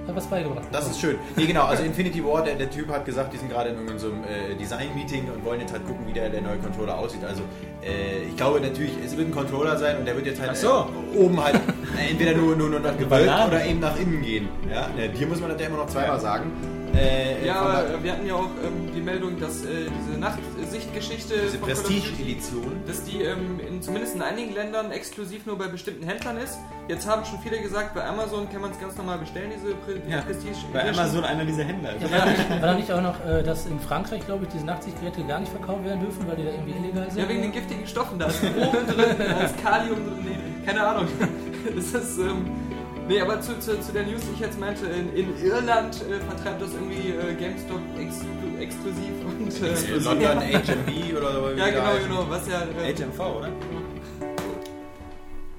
B: hat was beigebracht.
C: Das ist schön. Nee, genau, also Infinity War, der, der Typ hat gesagt, die sind gerade in irgendeinem so einem, äh, Design-Meeting und wollen jetzt halt gucken, wie der, der neue Controller aussieht. Also äh, ich glaube natürlich, es wird ein Controller sein und der wird jetzt halt
A: Ach so.
C: äh, oben halt Entweder nur, nur, nur nach Gewölbt
B: Ballade.
C: oder eben nach innen gehen. Ja? Ja, dir muss man das ja immer noch zweimal sagen. Äh,
D: Ja,
C: von
D: aber
C: der-
D: äh, wir hatten ja auch ähm, die Meldung, dass äh, diese Nachtsichtgeschichte,
C: diese
D: von Call of Duty,
C: Prestige-Edition.
D: dass die ähm, in, zumindest in einigen Ländern exklusiv nur bei bestimmten Händlern ist. Jetzt haben schon viele gesagt, bei Amazon kann man es ganz normal bestellen, diese Pre
C: Ja,
D: Prestige
C: Bei
D: Edition.
C: Amazon einer dieser Händler.
B: Ja, war, nicht, war da nicht auch noch, äh, dass in Frankreich, glaube ich, diese Nachtsichtgeräte gar nicht verkauft werden dürfen, weil die da irgendwie illegal sind?
D: Ja, wegen den giftigen Stoffen, da ist Brom drin, da ist Kalium drin, nee, keine Ahnung. Das ist, ähm, nee, aber zu, zu, zu der News, die ich jetzt meinte, in, in Irland äh, vertreibt das irgendwie äh, GameStop ex exklusiv und... Äh,
C: London HMV oder so. wie
D: ja,
C: die
D: genau,
C: heißen.
D: genau, was ja... Äh,
C: HMV, oder?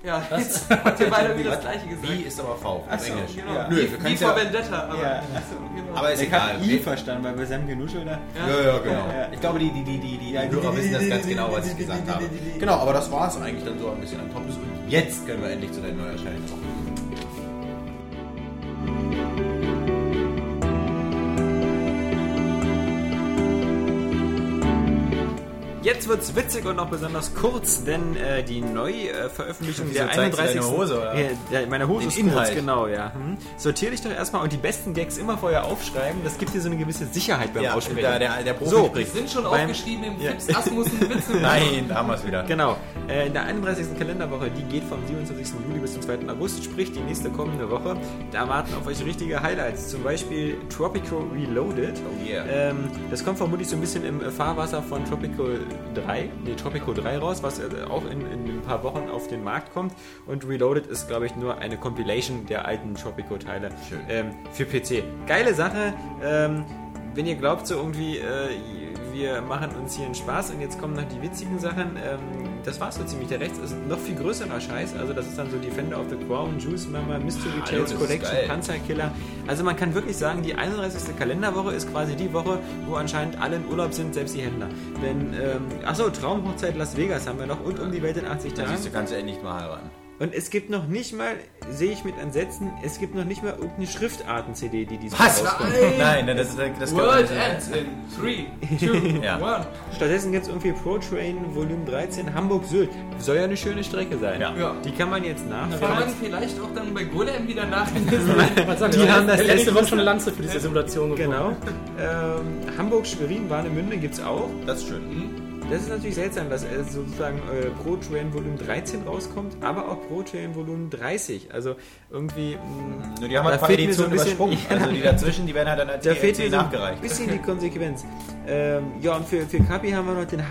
D: ja, jetzt habt ihr beide wieder das gleiche gesagt.
C: V ist aber V.
F: Ach so.
C: Englisch.
D: Genau,
F: Ja.
C: Nö, wir
D: wie, wie
C: können's
D: vor
C: ja-
D: Vendetta, aber...
F: Ja.
D: Achso, genau.
C: Aber ist
F: Ich habe
C: egal.
F: I verstanden, weil bei Sam Genuschel da.
C: Ja, ja, genau.
F: Ja, ich glaube, die, die, die, die, die,
C: Die Hörer wissen das ganz genau, was ich gesagt habe. Genau, aber das war es eigentlich dann so ein bisschen an Top des Und jetzt können wir endlich zu den Neuerscheinungen kommen.
A: Jetzt wird's witzig und noch besonders kurz, denn äh, die Neuveröffentlichung
C: Wieso
A: der
C: zeigst du
A: 31.
C: deine Hose, oder?
A: Ja, der- meine Hose
C: Den
A: ist
C: Inhalt.
A: kurz, genau, ja. Hm. Sortier dich doch erstmal und die besten Gags immer vorher aufschreiben. Das gibt dir so eine gewisse Sicherheit beim
C: Ja,
A: Aussprechen.
C: der, der, der Profi
A: So.
D: Die
C: spricht.
D: sind schon
A: Beim-
D: aufgeschrieben im
A: Ja.
D: Fips Asmussen Witze.
C: Nein, da haben wir es wieder.
A: Genau. Äh, in der 31. Kalenderwoche, die geht vom 27. Juli bis zum 2. August, sprich die nächste kommende Woche. Da warten auf euch richtige Highlights, zum Beispiel Tropico Reloaded.
C: Oh yeah.
A: ähm, das kommt vermutlich so ein bisschen im äh, Fahrwasser von Tropico 3, nee, Tropico 3 raus, was äh, auch in, in ein paar Wochen auf den Markt kommt. Und Reloaded ist, glaube ich, nur eine Compilation der alten Tropico-Teile
C: Schön.
A: ähm, für PC. Geile Sache. Ähm, wenn ihr glaubt, so irgendwie, äh, wir machen uns hier einen Spaß und jetzt kommen noch die witzigen Sachen, ähm, das war's so ziemlich. Der Rechts ist noch viel größerer Scheiß. Also, das ist dann so Defender of the Crown, Juice Mama, Mystery
C: Hallo, Ah, das
A: Tales
C: ist
A: Collection,
C: geil.
A: Panzerkiller. Also, man kann wirklich sagen, die 31. Kalenderwoche ist quasi die Woche, wo anscheinend alle in Urlaub sind, selbst die Händler. Denn, ähm, achso, Traumhochzeit Las Vegas haben wir noch und um die Welt in 80
C: Da
A: Tagen.
C: siehst du, kannst du endlich mal heiraten.
A: Und es gibt noch nicht mal, sehe ich mit Entsetzen, es gibt noch nicht mal irgendeine Schriftarten-CD, die diese
C: Nein, nein, das ist das kann man
D: World
C: nicht sagen.
D: ends in 3, 2,
C: Ja.
D: 1.
A: Stattdessen gibt es irgendwie Pro Train Volume 13 Hamburg-Sylt. Soll ja eine schöne Strecke sein.
C: Ja.
D: Ja.
A: Die kann man jetzt
D: Kann
A: nachfahren.
D: man vielleicht auch dann bei Golem wieder nachlesen.
B: Ich wollte sagen,
A: Die
B: wir
A: haben das
B: letzte
A: letzte
B: Woche schon eine Lanze für diese Simulation gebrochen.
A: Genau. Ähm, Hamburg-Schwerin, Warnemünde gibt es auch.
C: Das ist schön.
A: Hm? Das ist natürlich seltsam, dass äh, sozusagen äh, Pro Train Volume 13 rauskommt, aber auch Pro Train Volume 30. Also irgendwie. mm, mh,
C: Nur die haben
A: Da
C: halt ein paar
A: fehlt mir so
C: Editionen
A: ein bisschen-
C: übersprungen. Also die dazwischen, die werden halt dann als
A: Da fehlt mir
C: DLC
A: so ein
C: nachgereicht.
A: bisschen die Konsequenz. Ähm, ja, und für, für Kapi haben wir noch den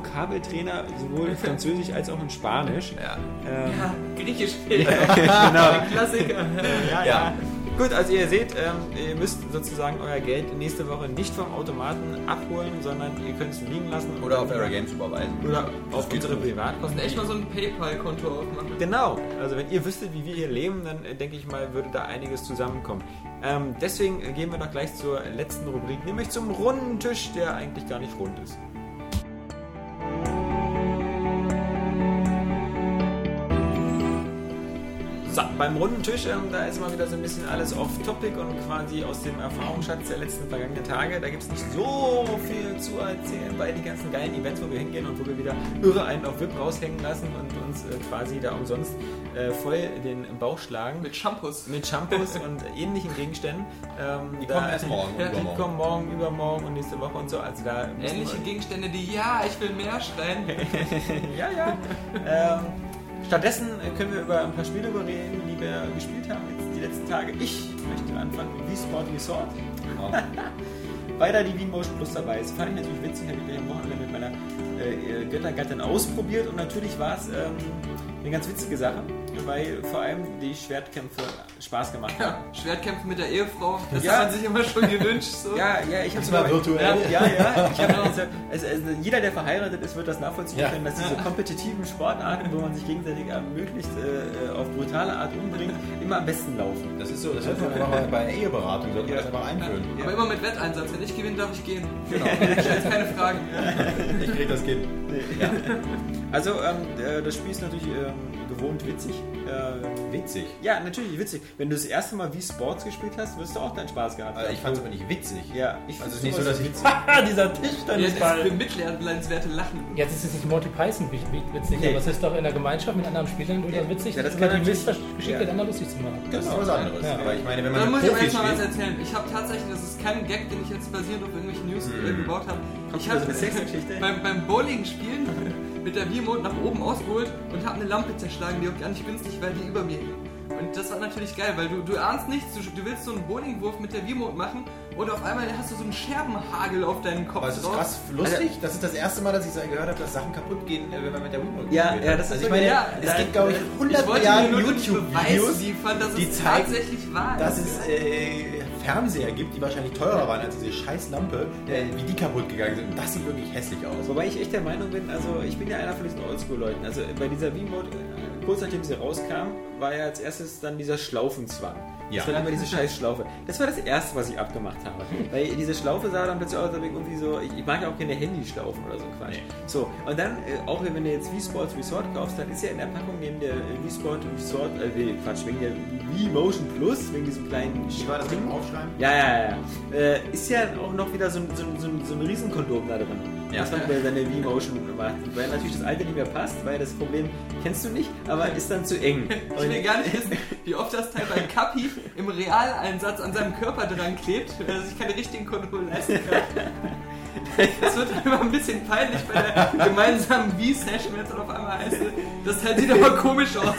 A: HMH-Vokabeltrainer, sowohl in Französisch als auch in Spanisch.
C: Ja.
A: Ähm,
D: Ja, Griechisch fehlt.
A: genau.
D: Klassiker.
A: Ja,
C: Ja.
A: ja. Gut, also ihr seht, ähm, ihr müsst sozusagen euer Geld nächste Woche nicht vom Automaten abholen, sondern ihr könnt es liegen lassen.
C: Oder auf Era Games überweisen.
A: Oder auf
C: geht
A: unsere
C: auch.
A: Privatkosten.
D: Müssen echt mal so ein PayPal-Konto aufmachen.
A: Genau, also wenn ihr wüsstet, wie wir hier leben, dann äh, denke ich mal, würde da einiges zusammenkommen. Ähm, deswegen äh, gehen wir doch gleich zur letzten Rubrik, nämlich zum runden Tisch, der eigentlich gar nicht rund ist. So, beim runden Tisch, ähm, da ist mal wieder so ein bisschen alles off-topic und quasi aus dem Erfahrungsschatz der letzten vergangenen Tage. Da gibt es nicht so viel zu erzählen, weil die ganzen geilen Events, wo wir hingehen und wo wir wieder irre einen auf VIP raushängen lassen und uns äh, quasi da umsonst äh, voll den Bauch schlagen
D: Mit Shampoos.
A: mit Shampoos und ähnlichen Gegenständen. Ähm,
C: Die kommen erst morgen,
A: Ja, die
C: übermorgen.
A: kommen morgen, übermorgen und nächste Woche und so. Also da müssen wir-
D: Ähnliche Gegenstände, die ja, ich will mehr schreien.
A: ja, ja. ähm, stattdessen äh, können wir über ein paar Spiele reden, die wir gespielt haben jetzt die letzten Tage. Ich möchte anfangen mit Wii Sport Resort. Weil da die Wii Motion Plus dabei ist, fand ich natürlich witzig, habe ich gleich am Wochenende mit meiner äh, Göttergattin ausprobiert und natürlich war es ähm, eine ganz witzige Sache, weil vor allem die Schwertkämpfe Spaß gemacht haben.
D: Ja, Schwertkämpfen mit der Ehefrau, das
A: Ja.
D: hat man sich immer schon gewünscht. So.
A: Ja, ja, ich hab's
C: war
A: mal
C: virtuell.
A: Ja, ja, ja. Ich hab, also, also, also, jeder, der verheiratet ist, wird das nachvollziehen
C: Ja.
A: können, dass diese kompetitiven Sportarten, wo man sich gegenseitig ermöglicht, äh, auf brutale Art umbringt, immer am besten laufen.
C: Das ist so, das sollte man einfach mal bei Eheberatung, sollte man das einfach einführen.
D: Aber immer mit Wetteinsatz. Wenn ich gewinne, darf ich gehen. Genau. Stellt keine Fragen.
C: Ich krieg das Kind.
A: Also, ähm, äh, das Spiel ist natürlich ähm,
G: gewohnt witzig. Ähm,
C: Witzig.
G: ja, natürlich witzig. Wenn du das erste Mal wie Sports gespielt hast, wirst du auch deinen Spaß gehabt haben.
C: Also ich fand es aber nicht witzig.
G: ja, ich
C: Also
G: find's
C: es ist nicht so,
G: sowas
C: dass ich
H: Haha, dieser
D: Jetzt ist
H: Tischtennisball.
D: bemitleidenswerte Lachen.
B: Jetzt ist es nicht Monty Python wich- wich- witzig,
G: Nee.
B: aber es ist doch in der Gemeinschaft mit anderen Spielern durchaus witzig,
C: Ja, das
B: über
C: kann
B: die
C: natürlich-
B: Missgeschichte
G: ja.
B: der anderen lustig zu machen.
C: Das ist was anderes.
B: Ja.
C: Aber ich meine, wenn
D: Da
C: man
D: muss
C: mit
D: ich aber
C: Profi
D: jetzt mal was
C: spielt,
D: erzählen. Ich habe tatsächlich, das ist kein Gag, den ich jetzt basierend auf irgendwelchen News
C: Mhm.
D: äh, gebaut habe. Ich
A: du
D: habe
A: so eine Sexgeschichte?
D: beim, beim Bowling spielen mit der Wiimote nach oben ausgeholt und habe eine Lampe zerschlagen, die auch gar nicht günstig war, die über mir hing. Und das war natürlich geil, weil du, du ahnst nichts, du, du willst so einen Bowlingwurf mit der Wiimote machen und auf einmal hast du so einen Scherbenhagel auf deinen Kopf
C: aber es ist
D: drauf. Also,
C: krass lustig. Das ist das erste Mal, dass ich so gehört habe, dass Sachen kaputt gehen, äh, wenn man mit der Wiimote
A: Ja,
C: spielt.
A: ja, das ist
C: also ich
A: so-
C: meine,
D: ja,
C: es
D: da-
C: gibt glaube ich
D: Ich
C: 100
D: wollte dir
C: Milliarden
D: nur nicht Beweis
C: YouTube-Videos,
D: liefern, dass
C: die
D: es
C: zeigen,
D: tatsächlich wahr
C: dass
D: ist.
C: es äh, Fernseher gibt, die wahrscheinlich teurer waren als diese scheiß Lampe, äh, wie die kaputt gegangen sind. Und das sieht wirklich hässlich aus.
A: Wobei ich echt der Meinung bin, also ich bin ja einer von diesen Oldschool-Leuten. Also bei dieser Wii-Mode, äh, kurz nachdem sie rauskam, war ja als erstes dann dieser Schlaufenzwang.
C: Ja.
A: Das war dann immer diese scheiß Schlaufe. Das war das Erste, was ich abgemacht habe.
C: Hm.
A: Weil diese Schlaufe sah dann plötzlich aus, als ob ich irgendwie so, ich, ich mag ja auch keine Handyschlaufen oder so ein Quatsch.
C: Nee.
A: So, und dann, äh, auch wenn du jetzt Wii Sports Resort kaufst, dann ist ja in der Packung neben der äh, Wii Sport Resort, äh, nee, Quatsch, wegen der Wii Motion Plus, wegen diesem kleinen
C: Wie war das mit dem Aufschreiben?
A: ja, ja, ja. Äh, ist ja auch noch wieder so ein, so ein, so ein, so ein Riesenkondom da drin.
C: Ja.
A: Das man bei seiner Wii-Motion macht. Weil natürlich das alte nicht mehr passt, weil das Problem kennst du nicht, aber ist dann zu eng.
D: Ich will
A: Und
D: gar nicht wissen, wie oft das Teil bei Kapi im Realeinsatz an seinem Körper dran klebt, weil er sich keine richtigen Kontrollen leisten kann. Das wird dann immer ein bisschen peinlich bei der gemeinsamen V-Session, wenn es dann auf einmal heißt, das Teil sieht aber komisch aus.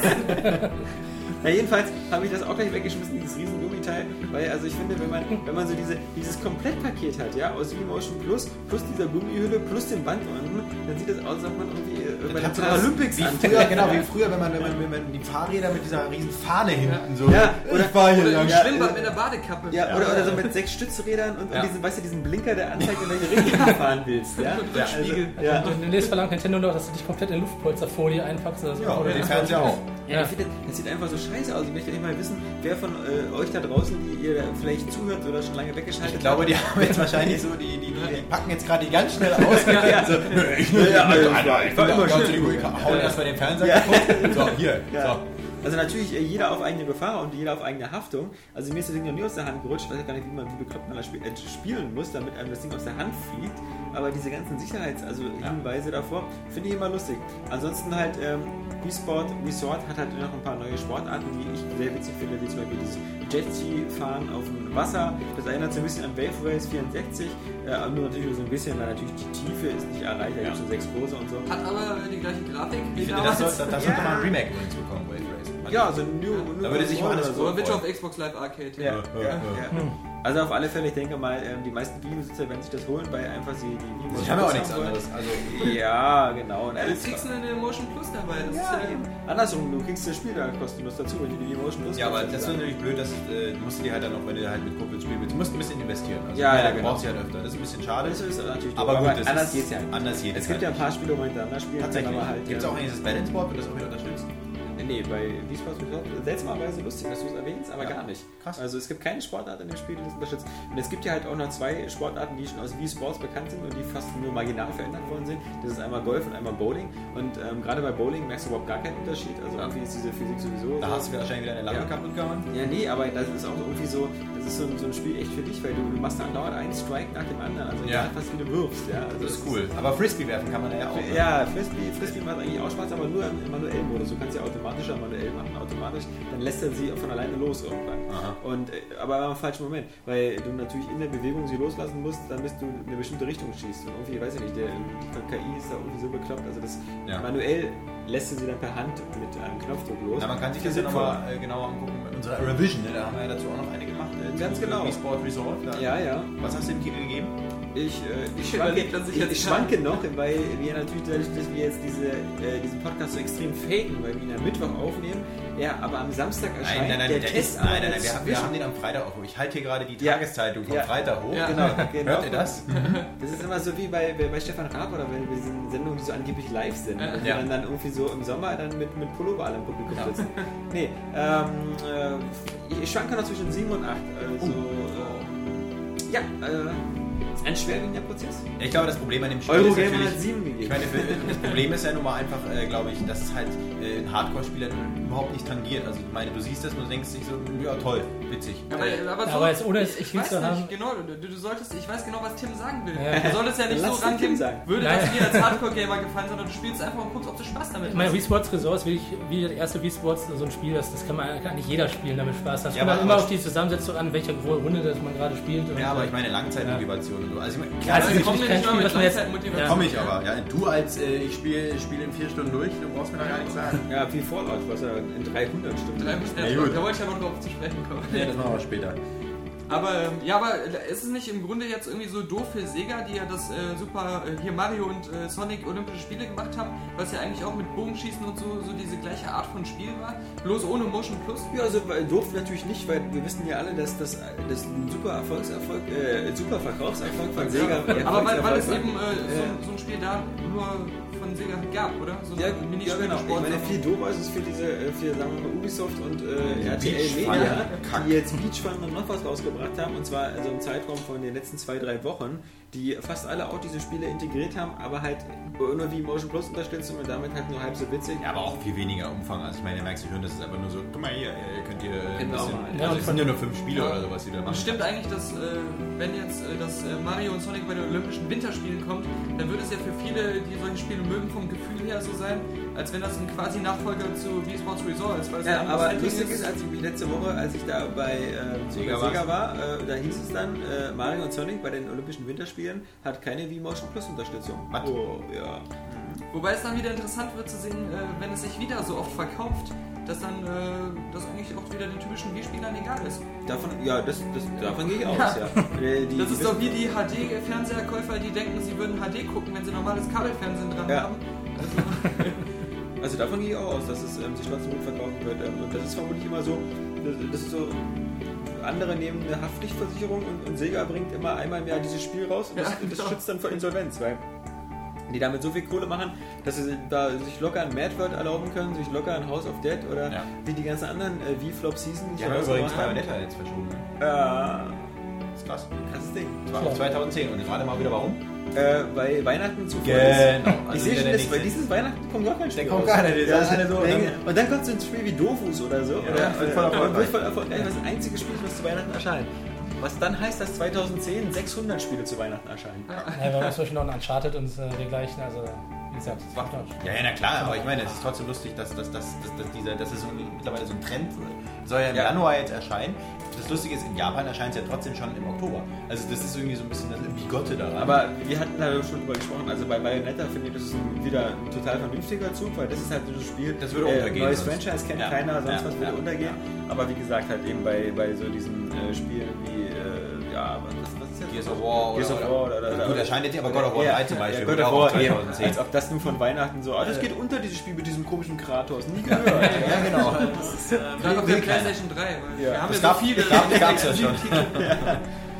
A: na, jedenfalls habe ich das auch gleich weggeschmissen, dieses riesen Gummiteil. Weil also ich finde, wenn man, wenn man so diese, dieses Komplettpaket hat, ja, aus Wii-Motion Plus, plus dieser Gummihülle, plus dem Band unten, dann sieht das aus, als ob man irgendwie äh, bei den
C: Kannst du das-
A: Paralympics
C: wie
A: antritt.
C: früher, genau, wie früher, wenn man, wenn man, wenn man die Fahrräder mit dieser riesen Fahne hinten so.
A: Ja, oder-
C: ich war hier
D: Oder im
C: lang.
D: Schwimmbad mit der Badekappe.
A: Ja, oder, oder so mit sechs Stützrädern und,
C: Ja.
A: und diesen, weißt du, diesen Blinker, der anzeigt, in welche Richtung du fahren willst. Ja?
C: Ja, also,
A: Ja.
B: Und demnächst verlangt Nintendo noch, dass du dich komplett in Luftpolsterfolie einpackst oder so.
C: ja, oder
B: Oder-
C: den Fernseher auch.
A: Ja,
B: Ja.
A: Ich finde, das sieht einfach so scheiße aus. Ich möchte nicht mal wissen, wer von äh, euch da draußen, die ihr vielleicht zuhört oder schon lange weggeschaltet
C: Ich glaube, die haben jetzt wahrscheinlich so, die, die, die, die packen jetzt gerade die ganz schnell aus. ja, ja. So, nö, ich will ja,
A: also
C: Alter, Alter, ich war immer ganz ruhig. Hauen erstmal den Fernseher
A: Ja.
C: kaputt. So, hier.
A: Ja.
C: So.
A: Also natürlich äh, jeder auf eigene Gefahr und jeder auf eigene Haftung. Also mir ist das Ding noch nie aus der Hand gerutscht. Ich weiß ja gar nicht, wie man wie bekloppt man das Spiel, äh, spielen muss, damit einem das Ding aus der Hand fliegt. Aber diese ganzen Sicherheits-, also Hinweise davor, finde ich immer lustig. Ansonsten halt ähm, Wii Sport Resort hat halt noch ein paar neue Sportarten, die ich sehr witzig finde, wie zum Beispiel dieses Jetski-Fahren auf dem Wasser. Das erinnert so ein bisschen an Wave Race 64, äh, aber nur natürlich nur so ein bisschen, weil natürlich die Tiefe ist nicht erreicht. Da gibt es schon sechs Kurse und so.
D: Hat aber die gleiche Grafik wie
C: Ich finde, das, soll,
D: damals.
C: das sollte
A: Ja.
C: mal ein Remake übrigens bekommen, Wave Race.
A: Ja, so ein New, New
C: Ah. Da würde sich mal alles
A: oder so.
D: So, aber bitte auf Xbox Live Arcade.
A: Ja,
C: Ja,
A: ja,
C: ja,
A: ja. Also auf alle Fälle, ich denke mal, ähm, die meisten Wii-Besitzer werden sich das holen, weil einfach sie die Wii
C: Ich habe ja auch nichts anderes. Also,
A: Ja, genau. Und
D: Du
A: alles
D: kriegst eine Motion Plus dabei. Das
A: ja,
D: ist ja
A: eben. Andersrum, du kriegst das Spiel da kostenlos dazu, wenn du die Emotion Plus
C: ja, aber
A: kaufst,
C: das ist
A: sozusagen.
C: natürlich blöd, dass äh, du musst die halt dann auch, wenn du halt mit Kumpels spielen willst, du musst ein bisschen investieren. Also,
A: Ja, ja,
C: Du
A: genau.
C: brauchst sie halt öfter. Das ist ein bisschen schade.
A: Das ist natürlich
C: aber
A: doof,
C: gut, das
A: anders
C: ist
A: geht's ja nicht.
C: Anders geht
A: Es gibt ja ein paar Spiele, wo man hintereinander spielen kann,
C: Tatsächlich.
A: aber halt.
C: Gibt es auch
A: ähm,
C: eigentlich das Balance Board, wird das auch wieder unterstützt?
A: Nee, bei Wii Sports Resort seltsamerweise lustig, dass du es erwähnst, aber
C: Ja.
A: gar nicht.
C: Krass.
A: Also es gibt keine Sportart in dem Spiel, die das unterstützt. Und es gibt ja halt auch noch zwei Sportarten, die schon aus Wii Sports bekannt sind und die fast nur marginal verändert worden sind. Das ist einmal Golf und einmal Bowling. Und ähm, gerade bei Bowling merkst du überhaupt gar keinen Unterschied. Also irgendwie ist diese Physik sowieso.
C: Da
A: so.
C: hast du wahrscheinlich wieder eine Lampe
A: Ja.
C: kaputt gehauen.
A: Ja, nee, aber das ist auch irgendwie so, das ist so ein, so ein Spiel echt für dich, weil du, du machst da andauernd einen Strike nach dem anderen. Also
C: Ja.
A: egal, fast wie du wirfst. Ja, also
C: Das
A: es
C: ist cool. Aber Frisbee werfen kann man da ja auch. ne?
A: ja, Frisbee, Frisbee macht eigentlich auch Spaß, aber nur im manuellen Modus. Du kannst ja automatischer manuell machen, automatisch, dann lässt er sie von alleine los irgendwann.
C: Aha.
A: Und, äh, aber im falschen Moment, weil du natürlich in der Bewegung sie loslassen musst, dann bist du in eine bestimmte Richtung schießt. Und irgendwie, weiß ich nicht, der, die KI ist da irgendwie so bekloppt. Also das
C: Ja.
A: manuell lässt du sie dann per Hand mit einem Knopfdruck los.
C: Ja, man kann sich das ja nochmal äh, genauer angucken mit unserer Revision. Ne? Da haben wir ja dazu auch noch eine gemacht. Äh,
A: Ganz
C: zum
A: genau.
C: Wii Sport Resort. Da.
A: Ja, ja.
C: Was hast du dem Titel gegeben?
A: Ich, äh, ich, schwanke,
D: überleg, dass ich
A: ich,
D: jetzt
A: ich
D: kann.
A: schwanke noch, weil wir natürlich dadurch, dass wir jetzt diese, äh, diesen Podcast so extrem faken, weil wir ihn am Mittwoch aufnehmen, ja, aber am Samstag erscheint der,
C: der
A: Test.
C: ist-
A: aber
C: nein, nein, nein, wir, haben-
A: dazwischen.
C: wir haben den am Freitag auch hoch. Ich halte hier gerade die
A: Ja.
C: Tageszeitung vom
A: Ja.
C: Freitag hoch.
D: Ja.
A: Genau, genau.
C: Hört ihr das?
A: Das ist immer so wie bei, bei, bei Stefan Raab oder wenn wir diesen Sendungen, die so angeblich live sind.
D: Ja.
A: Und
C: Ja. Genau.
A: dann, dann irgendwie so im Sommer dann mit, mit Pullover alle im Publikum
C: Ja.
A: sitzen. Nee,
C: Oh.
A: ähm, äh, ich schwanke noch zwischen 7 und 8. Also, äh, ja, äh, Ein schwerwiegender Prozess.
C: Ich glaube, das Problem an dem Spiel ist
A: Eurogamer hat
C: natürlich...
A: 7
C: Ich
A: gegeben.
C: meine, für, das Problem ist ja nun mal einfach, äh, glaube ich, dass es halt äh, ein Hardcore-Spieler überhaupt nicht tangiert. Also ich meine, du siehst das und du denkst dich so, ja toll, witzig.
D: Aber,
C: Äh,
D: aber,
B: aber jetzt ohne es
D: ich, ich
B: gespielt
D: weiß
B: zu
D: nicht,
B: haben-
D: genau, du, du solltest, ich weiß genau, was Tim sagen will.
B: Ja.
D: Du solltest ja nicht
A: Lass
D: so
A: den Tim
D: rangehen,
A: sagen.
D: würde
B: Nein.
D: das dir als Hardcore-Gamer gefallen, sondern du spielst einfach und guckst, ob du Spaß damit
B: Ich meine, Wii Sports Resort ist wirklich wie das erste Wii Sports so ein Spiel, das, das kann man kann nicht jeder spielen, damit Spaß hat.
C: Ja,
B: Ja, kommt halt
C: aber-
B: immer
C: aber-
B: auf die Zusammensetzung an, welche Runde das man gerade spielt. und- äh,
C: ja, aber ich meine Langzeitmotivation und so. Also ich meine, klar,
B: Also
D: wir
B: ich-
D: kommen ja
B: kein
D: nicht mal
B: Spiel,
D: mit
B: was man jetzt-
D: Langzeitmotivation.
C: komme ich aber. Ja, du als, äh, ich spiele spiel in vier Stunden durch, du brauchst mir da gar nichts sagen.
A: Ja, wie Fallout, was er in 300 Stunden.
D: Da, da,
C: Ja, gut.
D: da wollte ich aber drauf zu sprechen kommen.
C: Ja, das machen wir später.
D: Aber, ähm, ja, aber ist es nicht im Grunde jetzt irgendwie so doof für Sega, die ja das äh, super, äh, hier Mario und äh, Sonic Olympische Spiele gemacht haben, was ja eigentlich auch mit Bogenschießen und so, so diese gleiche Art von Spiel war, bloß ohne Motion Plus?
A: Ja, also weil- doof natürlich nicht, weil wir wissen ja alle, dass das, das ein super Erfolgserfolg, äh, ein super Verkaufserfolg von Sega
D: Ja, aber weil, weil es
A: Erfolgserfolg
D: eben äh,
A: Ja.
D: so, so ein Spiel da nur von Sega gab, oder? So
A: war. ja,
D: ein
A: ja, genau. Ich meine, viel
D: Minispiel-Sport-
A: doofer ist es für diese, äh, für sagen wir mal Ubisoft und äh, RTL
C: Beach
A: Media,
C: Fun, Kack.
A: die jetzt Beach Fun und noch was rausgebracht haben, und zwar so im Zeitraum von den letzten zwei, drei Wochen, die fast alle auch diese Spiele integriert haben, aber halt nur wie Motion Plus Unterstützung und damit halt nur halb so witzig.
C: Ja, aber auch viel weniger Umfang. Also ich meine, da merkst du schon, das ist einfach nur so, guck mal hier, äh, könnt ihr äh, ein
A: Genau.
C: bisschen...
B: Ja,
C: Also
B: und
C: es
B: von-
C: sind ja nur fünf Spiele oder sowas, die du da
D: Und
C: machst.
D: stimmt eigentlich, dass äh, wenn jetzt äh, das äh, Mario und Sonic bei den Olympischen Winterspielen kommt, dann würde es ja für viele, die solche Spiele mögen, vom Gefühl her so sein, als wenn das ein quasi Nachfolger zu Wii Sports Resort ist. Weil es
A: Ja,
D: ein anderes
A: aber
D: Setting
A: lustig ist, als ich mich letzte Woche, als ich da bei äh,
C: Sega
A: Sega, Sega war, äh, da hieß es dann, äh, Mario und Sonic bei den Olympischen Winterspielen hat keine Wii Motion Plus Unterstützung.
C: Was?
A: Oh, ja.
D: Wobei es dann wieder interessant wird zu sehen, äh, wenn es sich wieder so oft verkauft, dass dann äh, das eigentlich auch wieder den typischen Wii-Spielern egal ist.
A: Davon, ja, das, das, davon gehe ich aus,
D: Ja.
A: ja. Äh, die-
D: Das
A: die
D: ist doch wie die HD-Fernseherkäufer, die denken, sie würden HD gucken, wenn sie normales Kabelfernsehen dran
A: Ja.
D: haben.
A: wissen- Also davon gehe ich auch aus, dass es ähm, sich trotzdem gut verkaufen wird. Ähm, und das ist vermutlich immer so, das, das ist so, andere nehmen eine Haftpflichtversicherung und, und Sega bringt immer einmal im Jahr dieses Spiel raus und das,
D: Ja,
A: das
D: genau.
A: schützt dann vor Insolvenz, weil die damit so viel Kohle machen, dass sie da sich locker ein Mad World erlauben können, sich locker ein House of Dead oder
C: Ja.
A: wie die ganzen anderen äh, V-Flop-Season.
C: Die haben übrigens Bayonetta jetzt verschoben. ne?
A: Ja,
C: Das ist krass.
A: Äh, krasses Ding.
C: Das war auf 2010 und gerade mal wieder warum?
A: Äh, weil Weihnachten zu voll ist.
C: Genau.
A: Ich
C: Also
A: sehe
C: wieder
A: schon, dass
C: der
A: bei
C: nächste.
A: dieses Weihnachten kommt gar kein Stecker
C: Kommt
A: raus.
C: gar nicht, die
A: ja,
C: sind alle so,
A: und, dann,
C: ne?
A: und dann kommt so ein Spiel wie Dofus oder so. oder,
C: wird voll
A: oder-
C: erfolgreich.
A: Wird voll erfolgreich. Das einzige Spiel, was zu Weihnachten erscheint. Was dann heißt, dass 2010 600 Spiele zu Weihnachten erscheinen.
B: Ja, wir haben zum Beispiel noch ein Uncharted und äh, dergleichen, also wie gesagt, das macht auch
C: Ja, ja, na klar, aber ich meine, es ist trotzdem lustig, dass, dass, dass, dass, dass, dieser, dass es so ein, mittlerweile so ein Trend wird. Soll ja im
A: Ja.
C: Januar jetzt erscheinen. Das Lustige ist, in Japan erscheint es ja trotzdem schon im Oktober. Also das ist irgendwie so ein bisschen das Bigotte daran.
A: Aber wir hatten da schon drüber gesprochen, also bei Bayonetta finde ich, das ist ein, wieder ein total vernünftiger Zug, weil das ist halt so ein Spiel,
C: Das würde untergehen
A: neues
C: sonst.
A: Franchise kennt
C: Ja.
A: keiner, sonst
C: Ja.
A: was würde
C: Ja.
A: untergehen. Aber wie gesagt, halt eben bei, bei so diesen äh, Spielen wie, äh, ja, was, was ist jetzt?
C: Gears of War
A: Gears
C: oder,
A: of War oder- oder-
C: Gut, erscheint jetzt aber God of War 3 zum Beispiel.
A: God
C: wird
A: of
C: auch
A: War,
C: auf
A: eben.
C: 2010.
A: Als ob das nun von Weihnachten so, ah, das geht unter dieses Spiel mit diesem komischen Kratos, nie gehört.
C: Ja, genau.
D: Gerade auf der
C: will keiner.
D: Playstation 3, weil
A: Ja.
D: wir haben
C: Das
D: ja
C: gab,
D: so viele.
C: gab, gab's ja schon.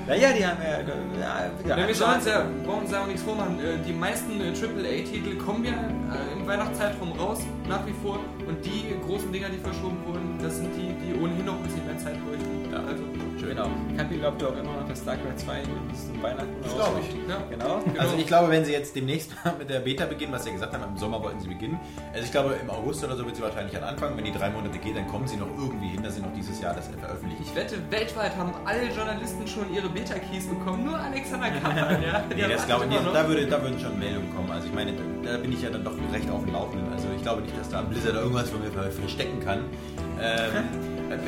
A: naja, die haben ja, ja, ja,
D: Ja, wir sollen uns ja, wollen uns ja auch nichts vormachen. Äh, Die meisten äh, AAA-Titel kommen ja äh, im Weihnachtszeitraum raus, nach wie vor. Und die großen Dinger, die verschoben wurden, das sind die, die ohnehin noch ein bisschen mehr Zeit bräuchten. Ja. Also,
A: Genau. Kapi glaubt ja auch immer noch, dass StarCraft 2 bis zum Weihnachten
C: Das
A: rauskommt.
C: glaub
D: ja.
A: Genau.
C: Also ich glaube, wenn sie jetzt demnächst mal mit der Beta beginnen, was sie gesagt haben, im Sommer wollten sie beginnen. Also ich glaube, im August oder so wird sie wahrscheinlich an anfangen. Wenn die drei Monate geht, dann kommen sie noch irgendwie hin, dass sie noch dieses Jahr das veröffentlichen.
D: Ich wette, weltweit haben alle Journalisten schon ihre Beta-Keys bekommen. Nur Alexander Kappmann, ja. Der
C: Nee, das ne?
D: wartet
C: glaube ich
D: immer
C: nicht.
D: noch.
C: Da, würde, da würden schon Meldungen kommen. Also ich meine, da da bin ich ja dann doch recht auf dem Laufenden. Also ich glaube nicht, dass da Blizzard irgendwas von mir ver- verstecken kann. Ähm,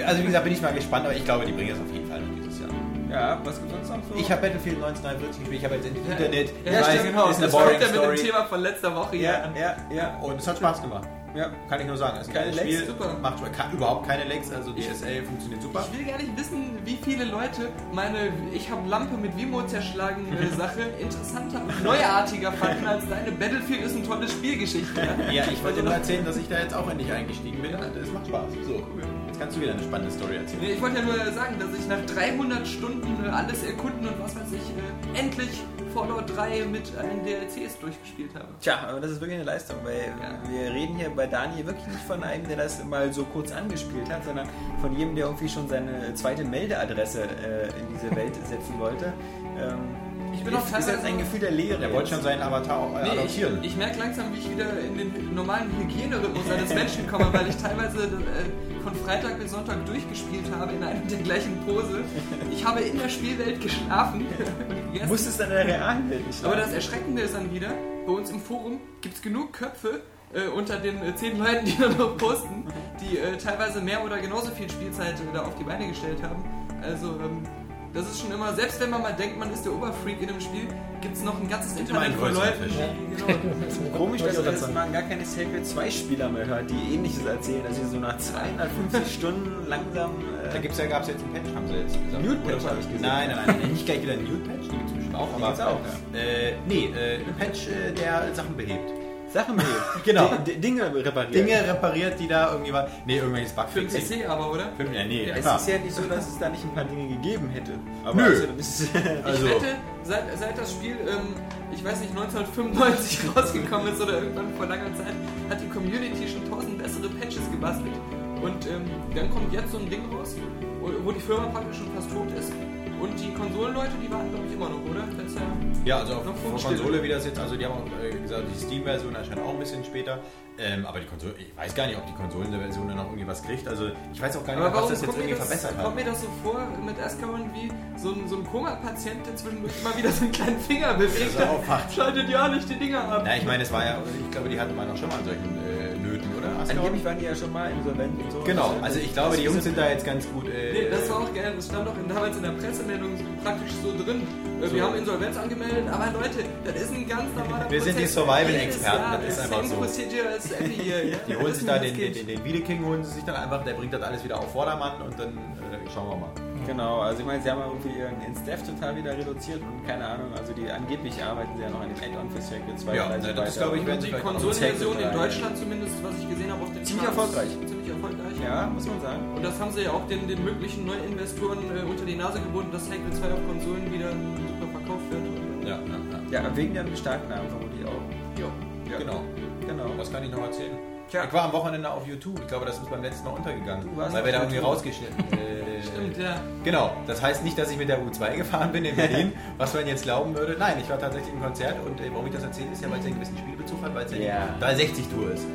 C: also wie gesagt, bin ich mal gespannt, aber ich glaube, die bringen es auf jeden Fall noch dieses Jahr.
A: Ja, was gibt's sonst noch so?
C: Ich habe Battlefield 1943 gespielt, ich habe jetzt Internet.
D: Ja,
C: Ich weiß,
D: stimmt, genau.
C: Ist eine
D: das fängt
C: boring
D: ja mit dem
C: Story.
D: Thema von letzter Woche hier
A: ja,
D: an.
A: ja, ja,
C: Und es hat Spaß gemacht.
A: ja.
C: Kann ich nur sagen. Es ist ein
A: Keine
C: geiles
A: Lags,
C: Spiel.
D: super.
C: Macht Spaß. Kann, überhaupt keine Lags. Also DSL funktioniert super.
D: Ich will gar nicht wissen, wie viele Leute meine Ich habe Lampe mit Vimo zerschlagen äh, Sache interessanter und neuartiger fanden als deine Battlefield ist ein tolles ne? Spielgeschichte. Ja?
C: Ja, ich wollte nur erzählen, dass ich da jetzt auch endlich eingestiegen bin. Es macht Spaß. So, cool. Jetzt kannst du wieder eine spannende Story erzählen.
D: Nee, ich wollte ja nur sagen, dass ich nach 300 Stunden äh, alles erkunden und was weiß ich, äh, endlich Fallout 3 mit allen DLCs durchgespielt habe.
A: Tja, aber das ist wirklich eine Leistung, weil
D: Ja.
A: wir reden hier bei Daniel wirklich nicht von einem, der das mal so kurz angespielt hat, sondern von jedem, der irgendwie schon seine zweite Meldeadresse äh, in diese Welt setzen wollte. Ähm,
D: Ich bin auch
C: ist jetzt ein Gefühl der Leere. Er wollte schon seinen Avatar auch äh,
D: Nee, ich,
C: adoptieren.
D: ich merke langsam, wie ich wieder in den normalen Hygienerhythmus eines Menschen komme, weil ich teilweise äh, von Freitag bis Sonntag durchgespielt habe in einer der gleichen Pose. Ich habe in der Spielwelt geschlafen und gegessen.
F: Muss es dann in der realen Welt nicht
D: Aber das Erschreckende ist dann wieder, bei uns im Forum gibt es genug Köpfe äh, unter den äh, zehn Leuten, die da noch posten, die äh, teilweise mehr oder genauso viel Spielzeit äh, da auf die Beine gestellt haben. Also ähm, das ist schon immer, selbst wenn man mal denkt, man ist der Oberfreak in einem Spiel, gibt es noch ein ganzes
C: immer
D: Internet
C: ein
D: von
C: größerer
D: Leuten,
C: Fisch.
D: die, genau,
F: Komisch,
B: Wollte
F: dass
B: ich
F: man jetzt
B: auch grad sagen.
F: mal gar keine Sacred 2 Spieler mehr hört, die ähnliches erzählen, dass sie so nach 250 Stunden langsam.
C: Da
F: Äh,
C: gibt's ja, gab's jetzt einen Patch, haben sie jetzt gesagt.
F: Nude Patch
C: Oder was?
F: hab ich gesehen.
C: Nein, nein, nein, nein, nicht gleich wieder einen Nude Patch, die gibt's bestimmt auch,
F: Die
C: aber
F: gibt's auch,
C: äh, nee, äh, ein Patch, äh, der Sachen behebt.
F: Sachen mehr.
C: Genau.
F: D D Dinge reparieren.
C: Dinge repariert, die da irgendwie war. Nee, irgendwelches
D: für den
C: Bugfixing.
D: PC aber, oder?
C: Fünf- Ja, nee,
F: Es
C: klar.
F: ist ja nicht so, dass es da nicht ein paar Dinge gegeben hätte. Aber
C: Nö.
F: Also, dann ist es
C: Also,
D: Ich wette, seit, seit das Spiel, ähm, ich weiß nicht, 1995 rausgekommen ist oder irgendwann vor langer Zeit, hat die Community schon tausend bessere Patches gebastelt. Und ähm, dann kommt jetzt so ein Ding raus, wo- wo die Firma praktisch schon fast tot ist. Und die Konsolenleute, die warten, glaube ich, immer noch, oder? Das ist ja
C: ja, also auf
D: Noch
C: auf
D: Funkstille.
C: Konsole, wie das jetzt, also die haben auch äh, gesagt, die Steam-Version erscheint auch ein bisschen später. Ähm, aber die Konsole, ich weiß gar nicht, ob die Konsolenversion dann noch irgendwie was kriegt. Also, ich weiß auch gar nicht, mehr,
D: Aber
C: was
D: warum
C: das jetzt
D: kommt, mir
C: irgendwie
D: das,
C: verbessert hat.
D: kommt mir das so vor mit Ascaron wie so ein, so ein Koma-Patient, der zwischendurch immer wieder so einen kleinen Finger bewegt?
C: Dass er aufwacht.
D: Schaltet ja nicht die Dinger ab.
C: Na, ich meine, es war ja, ich glaube, die hatten mal noch schon mal an solchen äh, Nöten, oder? Asgard?
F: Angeblich waren die ja schon mal insolvent und so.
C: Genau, also ich glaube, die Jungs sind da jetzt ganz gut. Äh,
D: Nee, das war auch geil. Das stand auch in, damals in der Pressemeldung so praktisch so drin. Äh, Wir haben Insolvenz angemeldet, aber Leute, das ist ein ganz normaler
C: Wir
D: Prozess.
C: sind die Survival-Experten,
D: Jedes Jahr
C: das ist
D: same
C: einfach so.
D: Procedure as every year, ja?
C: die holen
D: Das
C: sich
D: ist
C: da
D: ein
C: den, den,
D: Kind.
C: den, den Wiedeking, holen sie sich dann einfach, der bringt das alles wieder auf Vordermann und dann äh, schauen wir mal.
F: Genau, also ich meine, sie haben ja irgendwie ihren ihren Staff total wieder reduziert und keine Ahnung, also die angeblich arbeiten sie ja noch an dem Add-on für Sacred 2. drei, so
C: Ja, das
F: weiter.
C: ist, glaube ich, wenn
D: Die
C: sie
D: Konsolenversion in
F: Zeigt-
D: Deutschland zumindest, was ich gesehen habe, auf den
F: Ziemlich
D: Charts,
F: erfolgreich.
D: Ziemlich erfolgreich.
F: Ja, muss man sagen.
D: Und das haben sie ja auch den, den möglichen Neuinvestoren äh, unter die Nase gebunden, dass Halo 2 auf Konsolen wieder super verkauft wird. Und,
C: Ja, ja, ja.
F: Ja, wegen dem Startnamen vermutlich auch.
D: ja.
F: Ja,
C: Genau.
F: Genau.
C: Was kann ich noch erzählen?
D: Tja.
C: Ich war am Wochenende auf YouTube. Ich glaube, das ist beim letzten Mal untergegangen,
F: Du warst
C: weil
F: auf
C: wir da
F: U2.
C: irgendwie rausgeschnitten. Äh,
D: Stimmt, ja.
C: Genau, das heißt nicht, dass ich mit der U2 gefahren bin in Berlin, was man jetzt glauben würde. Nein, ich war tatsächlich im Konzert und äh, warum ich das erzähle, ist ja, weil es ja einen gewissen Spielbezug hat, weil es ja
F: Ja.
C: die 360-Tour ist.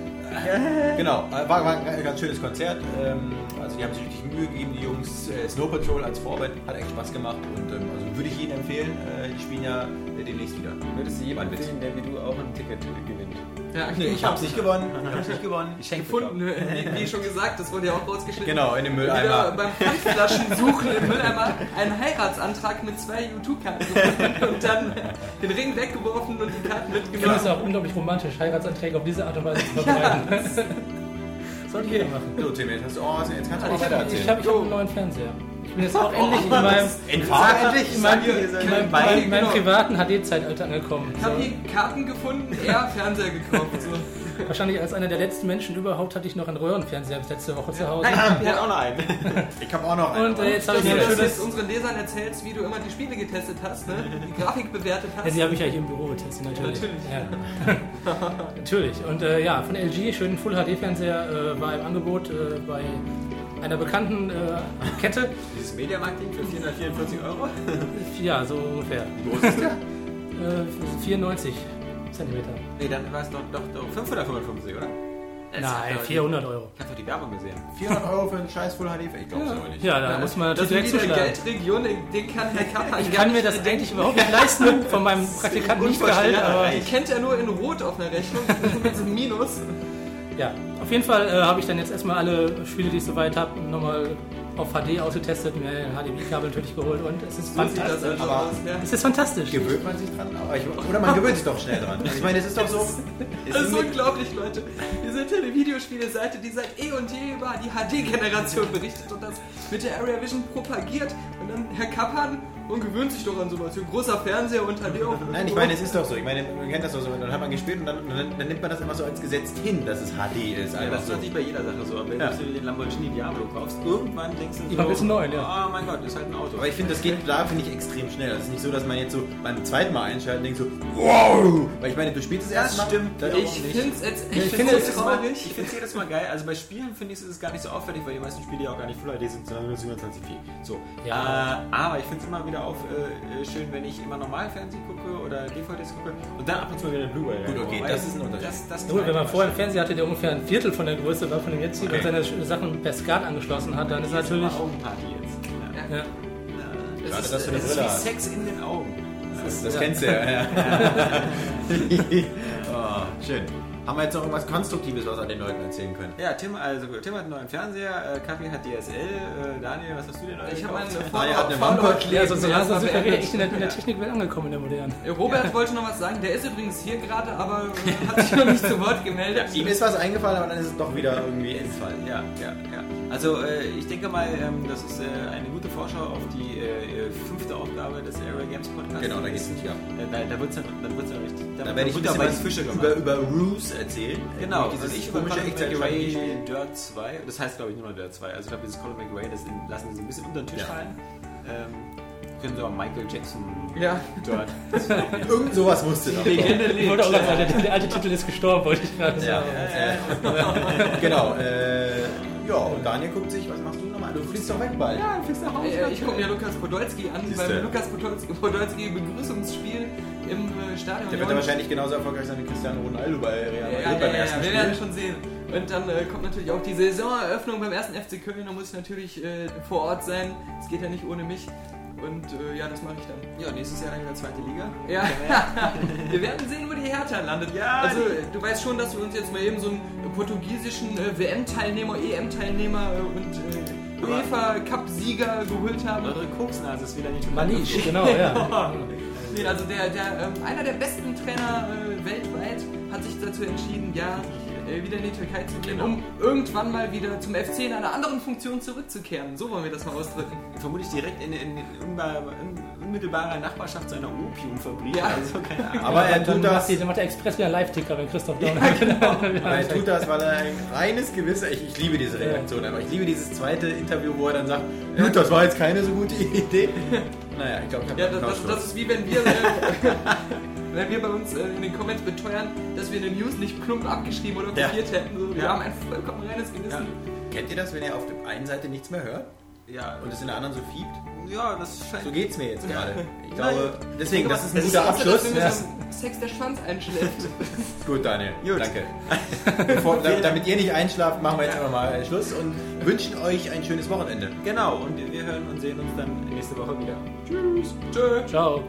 C: genau, äh, war, war ein ganz schönes Konzert. Ähm, also die haben sich richtig Mühe gegeben, die Jungs. Äh, Snow Patrol als Vorband hat echt Spaß gemacht und ähm, also würde ich ihnen empfehlen. Äh, die spielen ja äh, demnächst wieder.
F: Würdest du jemanden
C: Mein Witz.
F: finden, der wie du auch ein Ticket gewinnt?
D: ja
C: Nee, ich hab's nicht gewonnen. Ich hab's nicht gewonnen. Ich schenke
D: gefunden. Wie, wie schon gesagt, das wurde ja auch rausgeschnitten.
C: Genau, in dem
D: wieder
C: Mülleimer.
D: beim Pfandflaschen suchen im Mülleimer einen Heiratsantrag mit zwei U2-Karten gefunden und dann den Ring weggeworfen und die Karten
B: Ich finde es
D: mitgenommen.
B: auch unglaublich romantisch, Heiratsanträge auf diese Art und Weise zu verbreiten. Sollte jeder machen.
C: So, Tim, jetzt hast du, oh, jetzt kannst du
B: Ich habe
C: auch weiter
B: ich hab, ich hab einen neuen Fernseher. Ich bin jetzt auch endlich in meinem,
C: Entfahren endlich!
B: in meinem,
C: Sag dir,
B: in
C: sag
B: meinem,
C: dir,
B: in meinem,
C: beide,
B: meinem
D: genau.
B: privaten HD-Zeitalter angekommen.
D: Ich
B: So.
D: habe hier Karten gefunden, er Fernseher gekauft. So.
B: Wahrscheinlich als einer der letzten Menschen überhaupt hatte ich noch einen Röhrenfernseher bis letzte Woche zu Hause.
F: Ich hab auch noch einen.
C: Ich hab auch noch einen.
B: Und äh, jetzt habe
D: Dass
B: ich mir
D: du
B: ein
D: das
B: schönes.
D: jetzt unseren Lesern erzählst, wie du immer die Spiele getestet hast, ne? die Grafik bewertet
B: Ja,
D: hast.
B: die habe ich ja hier im Büro getestet, natürlich.
D: Natürlich.
B: Ja. natürlich. Und äh, ja, von LG, schönen Full HD-Fernseher, äh, war im Angebot äh, bei einer bekannten äh, Kette.
F: Dieses Mediamarkt-Ding für 444 Euro?
B: Ja, so ungefähr. Wie groß ist der? 94 Zentimeter.
F: Nee, dann war es doch, doch, doch 555, oder? Ich
B: Nein, 400 Euro.
F: hab doch die Werbung gesehen.
C: 400 Euro für einen scheiß Full HD, ich glaube es aber nicht.
B: Ja, da muss man
D: Das
B: natürlich
D: ist wieder
B: direkt
D: eine
B: zuschlagen.
D: Geldregion, den den kann Herr Kappa
B: Ich kann mir das eigentlich überhaupt nicht leisten, von meinem Praktikanten nicht Gehalt, aber
D: Die kennt er nur in Rot auf einer Rechnung, mit so einem Minus.
B: ja. Auf jeden Fall äh, habe ich dann jetzt erstmal alle Spiele, die ich soweit habe, nochmal auf HD ausgetestet, mir ein HDMI-Kabel natürlich geholt und es ist
D: Sieht das
B: fantastisch.
D: also
C: aber-
D: aus, ja.
B: Es ist fantastisch.
C: Gewöhnt man sich dran? Aber ich, oder man gewöhnt sich doch schnell dran. Also ich meine, es ist doch so. es
D: Das ist
C: ist mit-
D: unglaublich, Leute. Wir sind hier eine Videospiele-Seite, die seit eh und je über die HD-Generation berichtet und das mit der Area Vision propagiert. Und dann Herr Kappan und gewöhnt sich doch an sowas. Hier großer Fernseher und HD auf.
C: Nein, ich meine, es ist doch so. Ich meine, man kennt das doch so. Dann hat man gespielt und dann, dann, dann nimmt man das immer so als Gesetz hin, dass es HD ist.
F: Ja,
C: Einfach
F: das ist
C: so.
F: natürlich bei jeder Sache so. Aber wenn
C: Ja.
F: du den Lamborghini Diablo kaufst, irgendwann denkst du
B: Ja, ist neu, ja.
F: Oh mein Gott, ist halt ein Auto.
C: Aber ich finde, das geht da, finde ich, extrem schnell. Es ist nicht so, dass man jetzt so beim zweiten Mal einschalten denkt so, wow! Weil ich meine, du spielst es erst mal.
F: stimmt
C: dann oh, auch
D: ich
C: nicht.
D: finde es jetzt
B: Ich
D: echt
B: finde,
D: so
B: es ist
F: Mal,
D: traurig.
F: ich finde es jedes Mal geil. Also bei Spielen finde ich es ist gar nicht so auffällig, weil die meisten Spiele ja auch gar nicht Full HD sind, sondern nur 27p. So.
B: Ja.
F: Äh, aber ich finde es immer wieder
A: wieder auf, äh, äh, schön, wenn ich immer normal Fernsehen gucke oder DVDs gucke und dann ab und zu mal wieder eine Blu-ray.
C: Gut, okay,
A: reingucke,
C: das
A: weil
C: ist ein Unterschied.
A: Das, das
B: Gut, wenn man
A: treibt
B: vorher einen Fernseher hatte, der ungefähr ein Viertel von der Größe war von dem jetzigen
C: Okay.
B: und seine Sachen per Skat angeschlossen hat, dann ist
A: wahrscheinlich.
B: natürlich.
A: Jetzt machen wir Augenparty jetzt. Ja.
B: Ja.
C: Schade,
A: Es
C: dass
A: ist,
C: du eine
A: es ist
C: Brille
A: wie
C: hast.
A: Sex in den Augen.
C: Das, das kennst du ja. ja. oh, schön. Haben wir jetzt noch irgendwas Konstruktives, was wir den Leuten erzählen können?
A: Ja, Tim, also, gut, Tim hat einen neuen Fernseher, äh, Kaffee hat DSL, äh, Daniel, was hast du denn neu
D: Ich habe
A: gekauft? Ah,
D: einen
C: er hat eine Wampe.
D: Fallout-Leben.
B: Ja, sonst lassen wir uns echt in der, in der Technikwelt angekommen in der modernen.
D: Robert wollte noch was sagen. Der ist übrigens hier gerade, aber äh, hat sich noch nicht zu Wort gemeldet.
C: Ihm ist was eingefallen, aber dann ist es doch wieder irgendwie ins
A: Fall, ja, ja, ja. Also äh, ich denke mal, ähm, das ist äh, eine gute Vorschau auf die äh, äh, fünfte Aufgabe des Area Games Podcasts.
C: Genau, da geht's nicht ab.
A: Äh, da da wird's dann, dann wird's dann richtig.
C: Da werde ich ein
A: wird dann
C: bisschen
A: bei die
C: was
A: Fische gemacht.
C: über, über Ruse erzählen.
A: genau,
C: Dieses
A: und ich
C: komische
A: komische
C: Echtzeitstrategie.
A: McRae Dirt 2. Das heißt, glaube ich, nur noch Dirt 2. Also ich glaube, dieses Colin McRae, das in- lassen wir so ein bisschen unter den Tisch
C: Ja.
A: fallen. Ähm, können sie auch Michael Jackson
D: Ja.
A: Dirt.
C: Irgend sowas musste noch.
D: Legende
B: Ich wollte auch
D: lebt.
B: gerade sagen, der, der alte Titel ist gestorben, wollte ich gerade
C: Ja,
B: sagen.
C: äh, genau. Äh, ja, und Daniel guckt sich, was machst du nochmal? Du fliegst doch weg bald.
A: Ja, fix nach Hause.
D: Äh, Ich gucke mir Lukas Podolski an,
C: Siehste.
D: beim Lukas Podolski, Podolski Begrüßungsspiel im
C: Der
D: äh, Stadion.
C: wird
D: Union.
C: dann wahrscheinlich genauso erfolgreich sein wie Cristiano Ronaldo bei Real
D: Ja,
C: Madrid
D: ja, ja,
C: beim
D: ja,
C: ersten
D: wir werden
C: Spiel.
D: schon sehen. Und dann äh, kommt natürlich auch die Saisoneröffnung beim ersten FC Köln. Da muss ich natürlich äh, vor Ort sein. Es geht ja nicht ohne mich. Und äh, ja, das mache ich dann.
A: Ja, nächstes Jahr dann wieder zweite Liga.
D: Ja, wir werden sehen, wo die Hertha landet.
A: Ja,
D: also, äh, du weißt schon, dass wir uns jetzt mal eben so einen äh, portugiesischen äh, WM-Teilnehmer, EM-Teilnehmer äh, und äh,
A: Aber-
D: UEFA-Cup-Sieger geholt haben.
A: Eure Koksnase ist wieder nicht
B: Manisch, genau, ja.
D: Nee, also der, der, ähm, einer der besten Trainer äh, weltweit hat sich dazu entschieden, ja, äh, wieder in die Türkei zu gehen,
A: Genau.
D: um irgendwann mal wieder zum FC in einer anderen Funktion zurückzukehren. So wollen wir das mal ausdrücken.
A: vermutlich direkt in, in, in unbar- in unmittelbarer Nachbarschaft zu einer Opiumfabrik.
D: Ja.
A: Also keine Ahnung.
C: Aber er
B: Dann
C: tut
B: macht,
C: das,
B: die, dann macht der Express wieder einen Live-Ticker, wenn Christoph Dauer genau.
C: Aber er tut das, weil er ein reines Gewissen. Ich, ich liebe diese Reaktion, aber ich liebe dieses zweite Interview, wo er dann sagt: Gut, das war jetzt keine so gute Idee. Naja, ich glaube, ich habe
D: Ja, das, das, das ist wie wenn wir, äh, wenn wir bei uns äh, in den Comments beteuern, dass wir eine News nicht plump abgeschrieben oder
C: Ja.
D: kopiert hätten. So, wir
A: Ja.
D: haben ein vollkommen reines Gewissen.
C: Kennt ihr das, wenn ihr auf der einen Seite nichts mehr hört
A: ja,
C: und es in der anderen so fiebt?
A: ja, das scheint.
C: So geht's mir jetzt gerade. Ich
A: Nein.
C: glaube, deswegen, das ist ein
D: Das
C: guter
D: außer, dass
C: Abschluss.
D: Wenn
C: Ja.
D: mir so ein Sex der Schwanz einschläft.
C: Gut, Daniel.
A: Gut.
C: Danke. Bevor, damit, damit ihr nicht einschlaft, machen wir jetzt einfach mal Schluss und wünschen euch ein schönes Wochenende.
A: Genau, und wir hören und sehen uns dann nächste Woche wieder.
B: Ciao.